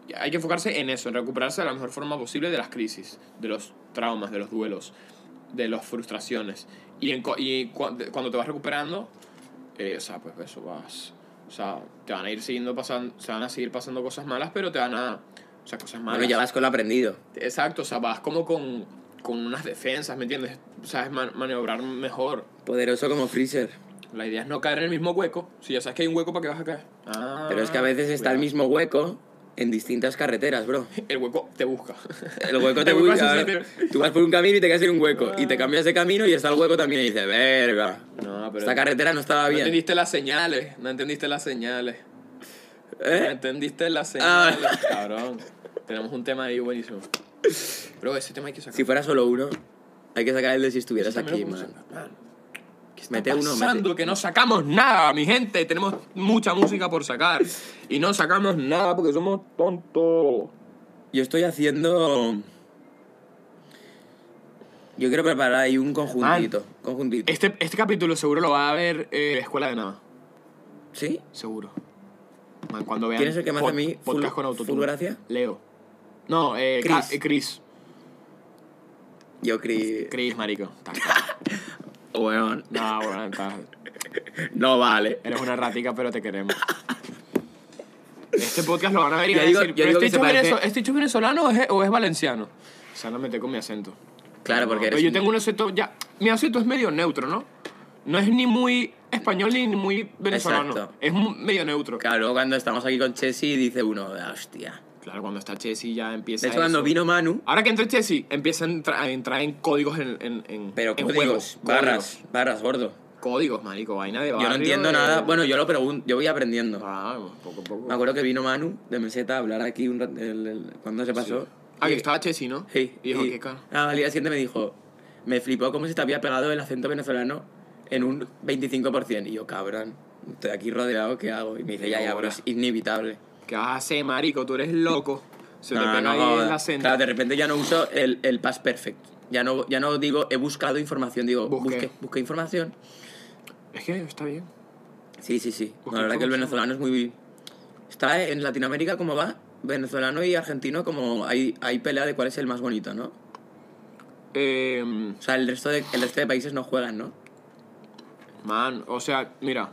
[SPEAKER 2] Y Hay que enfocarse en eso, en recuperarse de la mejor forma posible de las crisis, de los traumas, de los duelos, de las frustraciones. Y, en co- y cu- de- cuando te vas recuperando, eh, o sea, pues eso vas. O sea, te van a ir siguiendo pasando, se van a seguir pasando cosas malas, pero te van a. O sea, cosas malas.
[SPEAKER 1] Bueno, ya vas con lo aprendido.
[SPEAKER 2] Exacto, o sea, vas como con, con unas defensas, ¿me entiendes? Sabes man- maniobrar mejor.
[SPEAKER 1] Poderoso como Freezer.
[SPEAKER 2] La idea es no caer en el mismo hueco. Si ya sabes que hay un hueco, ¿para qué vas a caer? Ah,
[SPEAKER 1] Pero es que a veces está el
[SPEAKER 2] cuidado.
[SPEAKER 1] mismo hueco en distintas carreteras, bro.
[SPEAKER 2] [LAUGHS] El hueco te busca.
[SPEAKER 1] El hueco te
[SPEAKER 2] El hueco
[SPEAKER 1] busca.
[SPEAKER 2] hace
[SPEAKER 1] bro.
[SPEAKER 2] sentido.
[SPEAKER 1] Tú vas por un camino y te quedas en un hueco. Y
[SPEAKER 2] Ah.
[SPEAKER 1] te cambias de camino y está el hueco también y dices, verga.
[SPEAKER 2] [LAUGHS] No, pero.
[SPEAKER 1] Esta carretera no estaba
[SPEAKER 2] no
[SPEAKER 1] bien.
[SPEAKER 2] entendiste las señales. No entendiste las señales. No
[SPEAKER 1] ¿Eh?
[SPEAKER 2] entendiste las señales, cabrón. Tenemos un tema ahí buenísimo. Pero ese tema hay que sacar.
[SPEAKER 1] Si fuera solo uno, hay que sacar el de si
[SPEAKER 2] Ese
[SPEAKER 1] estuvieras
[SPEAKER 2] también
[SPEAKER 1] aquí,
[SPEAKER 2] lo podemos
[SPEAKER 1] man.
[SPEAKER 2] sacar. Man, ¿Qué está
[SPEAKER 1] Mete uno,
[SPEAKER 2] pasando?
[SPEAKER 1] mete.
[SPEAKER 2] Que no sacamos nada, mi gente. Tenemos mucha música por sacar. Y no sacamos nada porque somos tontos.
[SPEAKER 1] Yo estoy haciendo. Yo quiero preparar ahí un conjuntito. Conjuntito.
[SPEAKER 2] Este, este capítulo seguro lo va a ver eh, Escuela de Nada.
[SPEAKER 1] ¿Sí?
[SPEAKER 2] Seguro. Man, cuando vean
[SPEAKER 1] ¿Quién es el que me hace a mí
[SPEAKER 2] podcast
[SPEAKER 1] full-
[SPEAKER 2] con autotune.
[SPEAKER 1] full gracia?
[SPEAKER 2] Leo. No, eh,
[SPEAKER 1] Chris.
[SPEAKER 2] Ca- eh, Chris.
[SPEAKER 1] Yo creí.
[SPEAKER 2] Chris, marico. Está-
[SPEAKER 1] [LAUGHS] Weón,
[SPEAKER 2] No, bueno, está-
[SPEAKER 1] no vale.
[SPEAKER 2] eres una ratica, pero te queremos. Este podcast lo van a ver y
[SPEAKER 1] Yo
[SPEAKER 2] van a
[SPEAKER 1] digo-
[SPEAKER 2] decir,
[SPEAKER 1] yo
[SPEAKER 2] ¿pero
[SPEAKER 1] digo
[SPEAKER 2] este
[SPEAKER 1] que se
[SPEAKER 2] hecho
[SPEAKER 1] parece-
[SPEAKER 2] venezo- este hecho venezolano o es, o es valenciano? Se van a meter con mi acento.
[SPEAKER 1] Claro,
[SPEAKER 2] No,
[SPEAKER 1] porque
[SPEAKER 2] pero
[SPEAKER 1] eres
[SPEAKER 2] yo
[SPEAKER 1] un-
[SPEAKER 2] tengo un acento ya. Mi acento es medio neutro, ¿no? No es ni muy español ni muy venezolano.
[SPEAKER 1] Exacto.
[SPEAKER 2] Es mu- medio neutro.
[SPEAKER 1] Claro, luego cuando estamos aquí con Chessy dice uno, "Ah, hostia.
[SPEAKER 2] Claro, cuando está Chessy ya empieza.
[SPEAKER 1] De hecho, cuando
[SPEAKER 2] eso.
[SPEAKER 1] vino Manu,
[SPEAKER 2] Ahora que entra Chessy, empieza a entra- a entrar en códigos en. en, en
[SPEAKER 1] pero
[SPEAKER 2] en
[SPEAKER 1] códigos,
[SPEAKER 2] juegos.
[SPEAKER 1] barras, barras, gordo.
[SPEAKER 2] Códigos, códigos, marico, vaina de
[SPEAKER 1] Yo no
[SPEAKER 2] barrio,
[SPEAKER 1] entiendo
[SPEAKER 2] de-
[SPEAKER 1] nada. Bueno, yo lo pregunto, yo voy aprendiendo.
[SPEAKER 2] Ah, poco a poco.
[SPEAKER 1] Me acuerdo que vino Manu de meseta a hablar aquí un rat- el- el- cuando se pasó.
[SPEAKER 2] Ah, que estaba Chessy, ¿no?
[SPEAKER 1] Sí.
[SPEAKER 2] Y dijo,
[SPEAKER 1] y-
[SPEAKER 2] ¿qué ca-?
[SPEAKER 1] ah, al día siguiente me dijo, me flipó cómo se te había pegado el acento venezolano en un 25%. Y yo, cabrón, estoy aquí rodeado, ¿qué hago? Y me dice, ya, ya, bro, es inevitable.
[SPEAKER 2] ¿Qué vas a hacer, "Ah, marico? Tú eres loco. Se te
[SPEAKER 1] No,
[SPEAKER 2] pega
[SPEAKER 1] no,
[SPEAKER 2] ahí
[SPEAKER 1] jodas.
[SPEAKER 2] el acento.
[SPEAKER 1] Claro, de repente ya no uso el, el past perfect. Ya no, ya no digo, he buscado información, digo,
[SPEAKER 2] Busqué.
[SPEAKER 1] busqué, busqué información.
[SPEAKER 2] Es que está bien.
[SPEAKER 1] Sí, sí, sí.
[SPEAKER 2] Busqué
[SPEAKER 1] la verdad que el
[SPEAKER 2] información.
[SPEAKER 1] venezolano es muy... Está en Latinoamérica como va, venezolano y argentino como hay, hay pelea de cuál es el más bonito, ¿no?
[SPEAKER 2] Eh,
[SPEAKER 1] O sea, el resto de, el resto de países no juegan, ¿no?
[SPEAKER 2] Man, o sea, mira,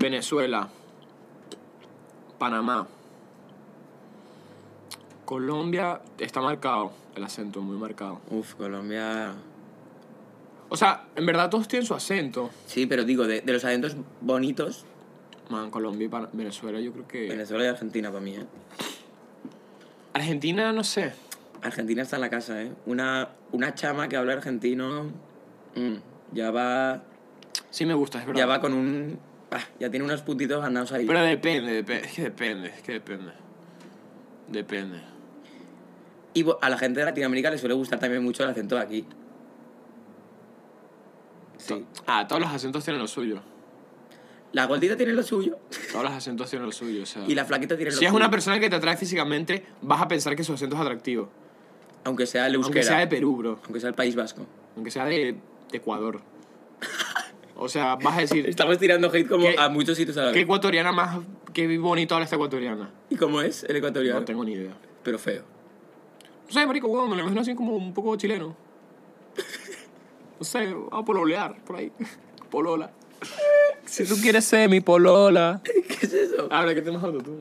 [SPEAKER 2] Venezuela, Panamá, Colombia está marcado, el acento muy marcado.
[SPEAKER 1] Uf, Colombia...
[SPEAKER 2] O sea, en verdad todos tienen su acento.
[SPEAKER 1] Sí, pero digo, de, de los acentos bonitos,
[SPEAKER 2] Man, Colombia y Pan- Venezuela, yo creo que.
[SPEAKER 1] Venezuela y Argentina para mí, ¿eh?
[SPEAKER 2] Argentina, no sé.
[SPEAKER 1] Argentina está en la casa, ¿eh? Una, una chama que habla argentino mm, ya va
[SPEAKER 2] Sí me gusta, es verdad.
[SPEAKER 1] ya va con un... ah, ya tiene unos puntitos andados ahí.
[SPEAKER 2] Pero depende, depende, es que depende, es que depende. Depende.
[SPEAKER 1] Y bo- a la gente de Latinoamérica le suele gustar también mucho el acento de aquí. Sí.
[SPEAKER 2] Ah, todos los acentos tienen lo suyo.
[SPEAKER 1] La gordita tiene lo suyo
[SPEAKER 2] Todos los acentos tienen lo suyo, o sea.
[SPEAKER 1] y la flaquita tiene lo
[SPEAKER 2] Ah. Si es
[SPEAKER 1] suyo.
[SPEAKER 2] una persona que te atrae físicamente, vas a pensar que su acento es atractivo.
[SPEAKER 1] Aunque sea el euskera.
[SPEAKER 2] Aunque sea de Perú, bro.
[SPEAKER 1] aunque sea el País Vasco.
[SPEAKER 2] Aunque sea de, de [LAUGHS] Ecuador. O sea, vas a decir,
[SPEAKER 1] Estamos tirando hate como
[SPEAKER 2] ¿Qué-
[SPEAKER 1] a muchos sitios a la
[SPEAKER 2] ¿qué
[SPEAKER 1] vez.
[SPEAKER 2] ecuatoriana más, qué bonito habla esta ecuatoriana?
[SPEAKER 1] ¿Y cómo es el ecuatoriano?
[SPEAKER 2] No tengo ni idea.
[SPEAKER 1] Pero feo. [LAUGHS]
[SPEAKER 2] No sé, marico, weón, me lo imagino así como un poco [LAUGHS] chileno. No sé, vamos a pololear por ahí. [LAUGHS] Polola. Si tú quieres ser mi polola.
[SPEAKER 1] ¿Qué es eso?
[SPEAKER 2] Ahora, ¿qué te has tú?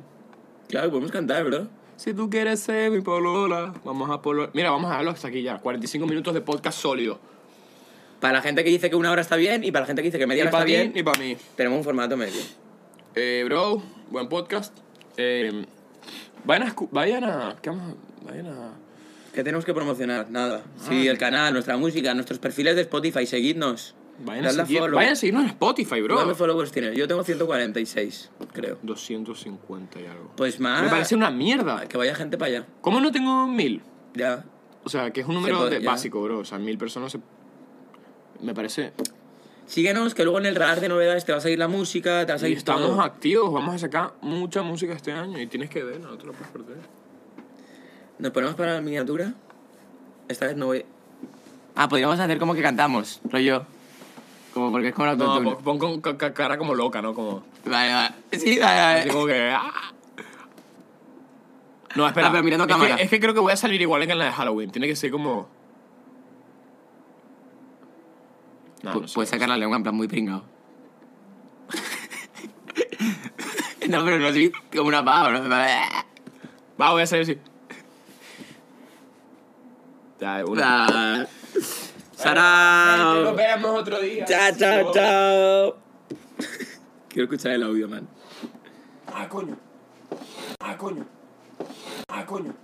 [SPEAKER 1] Claro, podemos cantar, bro.
[SPEAKER 2] Si tú quieres ser mi polola, vamos a polola. Mira, vamos a dejarlo hasta aquí ya. 45 minutos de podcast sólido.
[SPEAKER 1] Para la gente que dice que una hora está bien y para la gente que dice que media
[SPEAKER 2] Ni
[SPEAKER 1] hora
[SPEAKER 2] para
[SPEAKER 1] está
[SPEAKER 2] ti,
[SPEAKER 1] bien,
[SPEAKER 2] ni para mí.
[SPEAKER 1] tenemos un formato medio.
[SPEAKER 2] Eh, bro, buen podcast. Eh, vayan a... escu- Vayan a... ¿Qué vamos a...? Vayan a...
[SPEAKER 1] ¿Qué tenemos que promocionar? Nada. Sí, el canal, nuestra música, nuestros perfiles de Spotify, seguidnos.
[SPEAKER 2] Vayan a,
[SPEAKER 1] Dadle
[SPEAKER 2] seguir-
[SPEAKER 1] follow.
[SPEAKER 2] vayan a seguirnos en Spotify, bro.
[SPEAKER 1] ¿Cuántos followers tienes? Yo tengo 146, creo.
[SPEAKER 2] 250 y algo.
[SPEAKER 1] Pues más.
[SPEAKER 2] Me parece una mierda.
[SPEAKER 1] Que vaya gente para allá.
[SPEAKER 2] ¿Cómo no tengo mil?
[SPEAKER 1] Ya.
[SPEAKER 2] O sea, que es un número
[SPEAKER 1] puede,
[SPEAKER 2] de-
[SPEAKER 1] pues, ya.
[SPEAKER 2] básico, bro. O sea, mil personas se... Me parece...
[SPEAKER 1] Síguenos, que luego en el radar de novedades te va a salir la música, te va a
[SPEAKER 2] Y
[SPEAKER 1] salir
[SPEAKER 2] estamos
[SPEAKER 1] todo.
[SPEAKER 2] activos. Vamos a sacar mucha música este año. Y tienes que ver, no te lo puedes perder.
[SPEAKER 1] ¿Nos ponemos para la miniatura? Esta vez no voy. Ah, podríamos hacer como que cantamos, rollo. Como porque es como la
[SPEAKER 2] No, pon- pon con ca- ca- cara como loca, ¿no? Como...
[SPEAKER 1] Vale, vale. Sí, vale,
[SPEAKER 2] Así como que... ¡ah! No, espera.
[SPEAKER 1] Eh, Ah, pero mirando
[SPEAKER 2] es que-
[SPEAKER 1] cámara.
[SPEAKER 2] es que creo que voy a salir igual que en la de Halloween. Tiene que ser como... No, no sé.
[SPEAKER 1] Puedes sacar la lengua en plan muy pringado. [LAUGHS] no, pero no así como una pava, ¿no?
[SPEAKER 2] Va, Ah, voy a salir así. Ya, una.
[SPEAKER 1] Ah. Sara.
[SPEAKER 2] vemos otro día.
[SPEAKER 1] Ah. Chao, chao, chao. Quiero escuchar el audio, man.
[SPEAKER 2] Ah, coño. Ah, coño. Ah, coño.